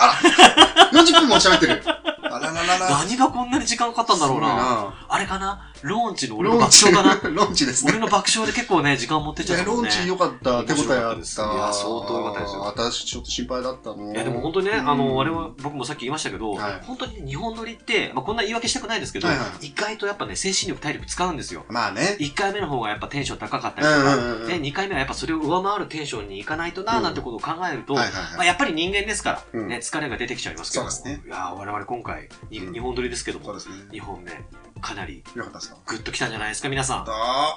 Speaker 2: 40分も喋ってる。あらららら。
Speaker 3: 何がこんなに時間かかったんだろうな。あれかなローンチの俺の
Speaker 2: ローン
Speaker 3: 爆
Speaker 2: チ
Speaker 3: 笑かな
Speaker 2: ローンチですね
Speaker 3: 俺。の爆笑で結構ね、時間持ってっ
Speaker 2: い
Speaker 3: ちゃっ
Speaker 2: や、
Speaker 3: たも
Speaker 2: ロ
Speaker 3: ん
Speaker 2: ーン
Speaker 3: ね。
Speaker 2: チ良かった。手応えあった。
Speaker 3: 面白かったですいや相当良かったですよ
Speaker 2: 私、ちょっと心配だったの。
Speaker 3: いやでも本当にね、
Speaker 2: うん
Speaker 3: あの、我々、僕もさっき言いましたけど、
Speaker 2: はい
Speaker 3: 本当に日本乗りって、まあ、こんな言い訳したくないですけど、
Speaker 2: はいはい
Speaker 3: 意外とやっぱね、精神力、体力使うんですよ。
Speaker 2: まあね。
Speaker 3: 1回目の方がやっぱテンション高かったり
Speaker 2: う
Speaker 3: と
Speaker 2: んう
Speaker 3: か、
Speaker 2: んうんうん。
Speaker 3: で、2回目はやっぱそれを上回るテンションにいかないとな
Speaker 2: う
Speaker 3: ぁ
Speaker 2: ん
Speaker 3: なんてことを考えると、
Speaker 2: はいはい
Speaker 3: まあ、
Speaker 2: はい。
Speaker 3: やっぱり人間ですから、
Speaker 2: うん
Speaker 3: ね、疲れが出てきちゃいますけども、
Speaker 2: そうです
Speaker 3: いやー我々今回、に
Speaker 2: うん
Speaker 3: 日本撮りですけど
Speaker 2: そう
Speaker 3: も、
Speaker 2: ですね。
Speaker 3: 2本目、かなり
Speaker 2: 良かったですか
Speaker 3: グッときたんじゃないですか、皆さ
Speaker 2: だ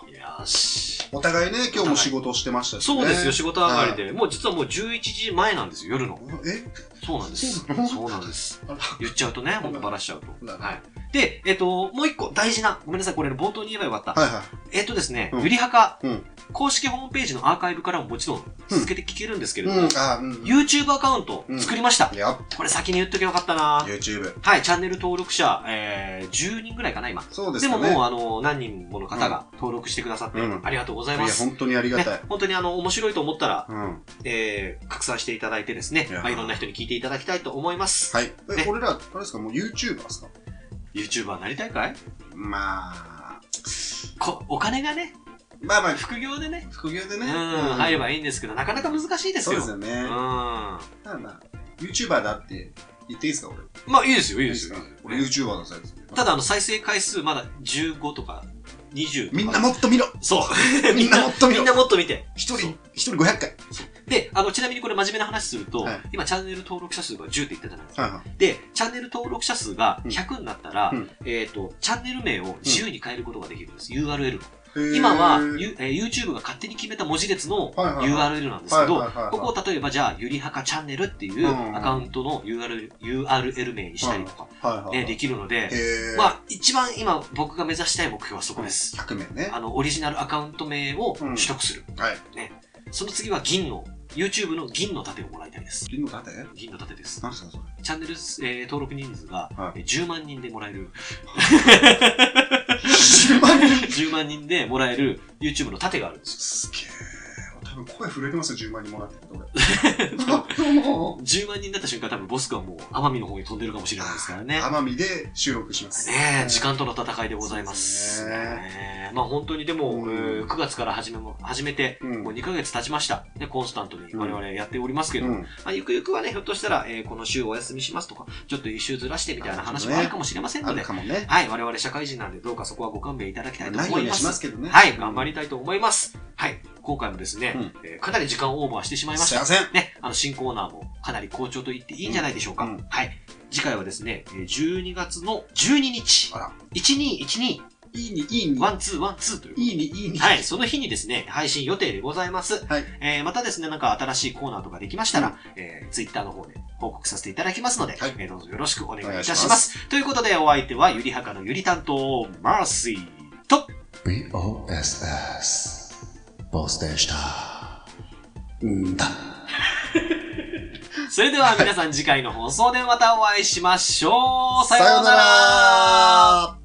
Speaker 3: ん。いやーし。
Speaker 2: お互いね、今日も仕事してましたしね。
Speaker 3: そうですよ、仕事上がりで。もう実はもう11時前なんですよ、夜の。
Speaker 2: え
Speaker 3: そうなんです。
Speaker 2: そうなの
Speaker 3: そうなんです
Speaker 2: あら。
Speaker 3: 言っちゃうとね、ほんとバラしちゃうと。
Speaker 2: なるほど
Speaker 3: はい。で、えっと、もう一個大事な、ごめんなさい、これ冒頭に言えばよかった。
Speaker 2: はいは
Speaker 3: えっとですね
Speaker 2: う、ん
Speaker 3: ゆりはか
Speaker 2: うん、
Speaker 3: 公式ホームページのアーカイブからももちろん続けて聞けるんですけ
Speaker 2: い。
Speaker 3: れど
Speaker 2: う
Speaker 3: も
Speaker 2: ん、、あ、うん。
Speaker 3: YouTube アカウント作りました。
Speaker 2: やっ
Speaker 3: これ先に言っときゃよかったな
Speaker 2: YouTube。
Speaker 3: はい、チャンネル登録者、えー、10人ぐらいかな、今。
Speaker 2: そうです
Speaker 3: で
Speaker 2: か
Speaker 3: も
Speaker 2: ね。
Speaker 3: もう、あの、何人もの方が登録してくださって
Speaker 2: うん、
Speaker 3: ありがとうござい
Speaker 2: い
Speaker 3: ま
Speaker 2: や、
Speaker 3: す。
Speaker 2: 本当にありがたい
Speaker 3: ね。本当にあの、面白いと思ったら、
Speaker 2: うん。
Speaker 3: えー、拡散していただいてですね、
Speaker 2: いやー
Speaker 3: まあ、いろんな人に聞いていただきたいと思います。
Speaker 2: はい。え、
Speaker 3: ね
Speaker 2: 俺ら、あれですか、もう YouTuber ですか
Speaker 3: YouTuber になりたいかい
Speaker 2: まあ、
Speaker 3: こお金がね、
Speaker 2: まあまあ、
Speaker 3: 副業でね、
Speaker 2: 副業で
Speaker 3: う
Speaker 2: ね。
Speaker 3: ん、入ればいいんですけど、なかなか難しいです
Speaker 2: そう
Speaker 3: よ。
Speaker 2: ですよね。
Speaker 3: うん。ま
Speaker 2: ただまあ、YouTuber だって言っていいですか、俺。
Speaker 3: あ、いいですよ、いいですよ
Speaker 2: か。俺 YouTuber だぜ。
Speaker 3: ただ、あの、再生回数まだ15とか20とか。
Speaker 2: みんなもっと見ろ
Speaker 3: そう。
Speaker 2: みんなもっと見
Speaker 3: み
Speaker 2: ろ
Speaker 3: んなもっと見て。
Speaker 2: 一
Speaker 3: そう
Speaker 2: 人、一人500回。
Speaker 3: で、あの、ちなみにこれ真面目な話すると、
Speaker 2: はい
Speaker 3: 今チャンネル登録者数が10って言ったじゃないですか。
Speaker 2: はいはい。
Speaker 3: で、チャンネル登録者数が
Speaker 2: うん
Speaker 3: 100になったら、
Speaker 2: うん
Speaker 3: えっ、と、チャンネル名を自由に変えることができるんです。URL を。
Speaker 2: へー
Speaker 3: 今は、ゆえー YouTube が勝手に決めた文字列の
Speaker 2: はいはいは
Speaker 3: URL なんですけど
Speaker 2: はいはいはいは、い
Speaker 3: ここを例えばじゃあ、ゆりはかチャンネルってい
Speaker 2: うん
Speaker 3: うアカウントの URL, URL 名にしたりとか、
Speaker 2: はいはい
Speaker 3: ね、できるので、
Speaker 2: へー
Speaker 3: まあ、一番今僕が目指したい目標はそこです。
Speaker 2: 100名ね。
Speaker 3: あの、オリジナルアカウント名を
Speaker 2: うん
Speaker 3: 取得する。
Speaker 2: はい。
Speaker 3: その次は銀の、YouTube の銀の盾をもらいたいです。
Speaker 2: 銀の盾何
Speaker 3: 銀の盾です。
Speaker 2: ですか、それ。
Speaker 3: チャンネル、えー登録人数が、
Speaker 2: は
Speaker 3: えー10万人でもらえる、
Speaker 2: 10万 人
Speaker 3: 10万人でもらえる YouTube の盾があるんです
Speaker 2: す
Speaker 3: よ。
Speaker 2: げえ。多分声震えてますよ、10万人もらってると俺。どう も。
Speaker 3: 10万人だった瞬間多分ボス君はもう奄美の方に飛んでるかもしれないですからね。
Speaker 2: 奄美で収録します。
Speaker 3: ねえ、時間との戦いでございます。
Speaker 2: そうです
Speaker 3: ねえまあ本当にでも、
Speaker 2: うん
Speaker 3: えー9月から始めも、始めて、
Speaker 2: うん
Speaker 3: もう2ヶ月経ちました。ね、コンスタントに我々やっておりますけど、
Speaker 2: う
Speaker 3: ま
Speaker 2: ん。
Speaker 3: あゆくゆくはね、ひょっとしたら、えーこの週お休みしますとか、ちょっと一周ずらしてみたいな話もあるかもしれません
Speaker 2: あ
Speaker 3: の
Speaker 2: る
Speaker 3: で、
Speaker 2: かもね。
Speaker 3: はい、我々社会人なんでどうかそこはご勘弁いただきたいと
Speaker 2: ないよ
Speaker 3: 思
Speaker 2: う
Speaker 3: い
Speaker 2: に
Speaker 3: ま
Speaker 2: は
Speaker 3: す。
Speaker 2: しますけどね。
Speaker 3: はい、頑張りたいと思います。はい、今回もですね、
Speaker 2: うん
Speaker 3: えーかなり時間オーバーしてしまいまし
Speaker 2: すい
Speaker 3: た
Speaker 2: ま。せん。
Speaker 3: ね、あの、新コーナーもかなり好調と言っていいんじゃないでしょうか。
Speaker 2: うんうん
Speaker 3: はい。次回はですね、えー12月の12日
Speaker 2: あ、ら、
Speaker 3: 1212、
Speaker 2: いいに、いいに、
Speaker 3: ワンツーワンツーという。
Speaker 2: いいに、いいに。
Speaker 3: はい、その日にですね、配信予定でございます。
Speaker 2: はい
Speaker 3: えーまたですね、なんか新しいコーナーとかできましたら、
Speaker 2: うん
Speaker 3: えー、ツイッターの方で報告させていただきますので、
Speaker 2: はい
Speaker 3: えーどうぞよろしくお願いいたし
Speaker 2: お
Speaker 3: ま
Speaker 2: 願いし
Speaker 3: す。
Speaker 2: ます
Speaker 3: ということで、お相手はゆりはかのゆり担当、マーシーと、
Speaker 2: BOSS ボスでしたんだ
Speaker 3: それでは皆さん次回の放送でまたお会いしましょう。さ
Speaker 2: さ
Speaker 3: よ
Speaker 2: よ
Speaker 3: う
Speaker 2: うな
Speaker 3: なら
Speaker 2: ら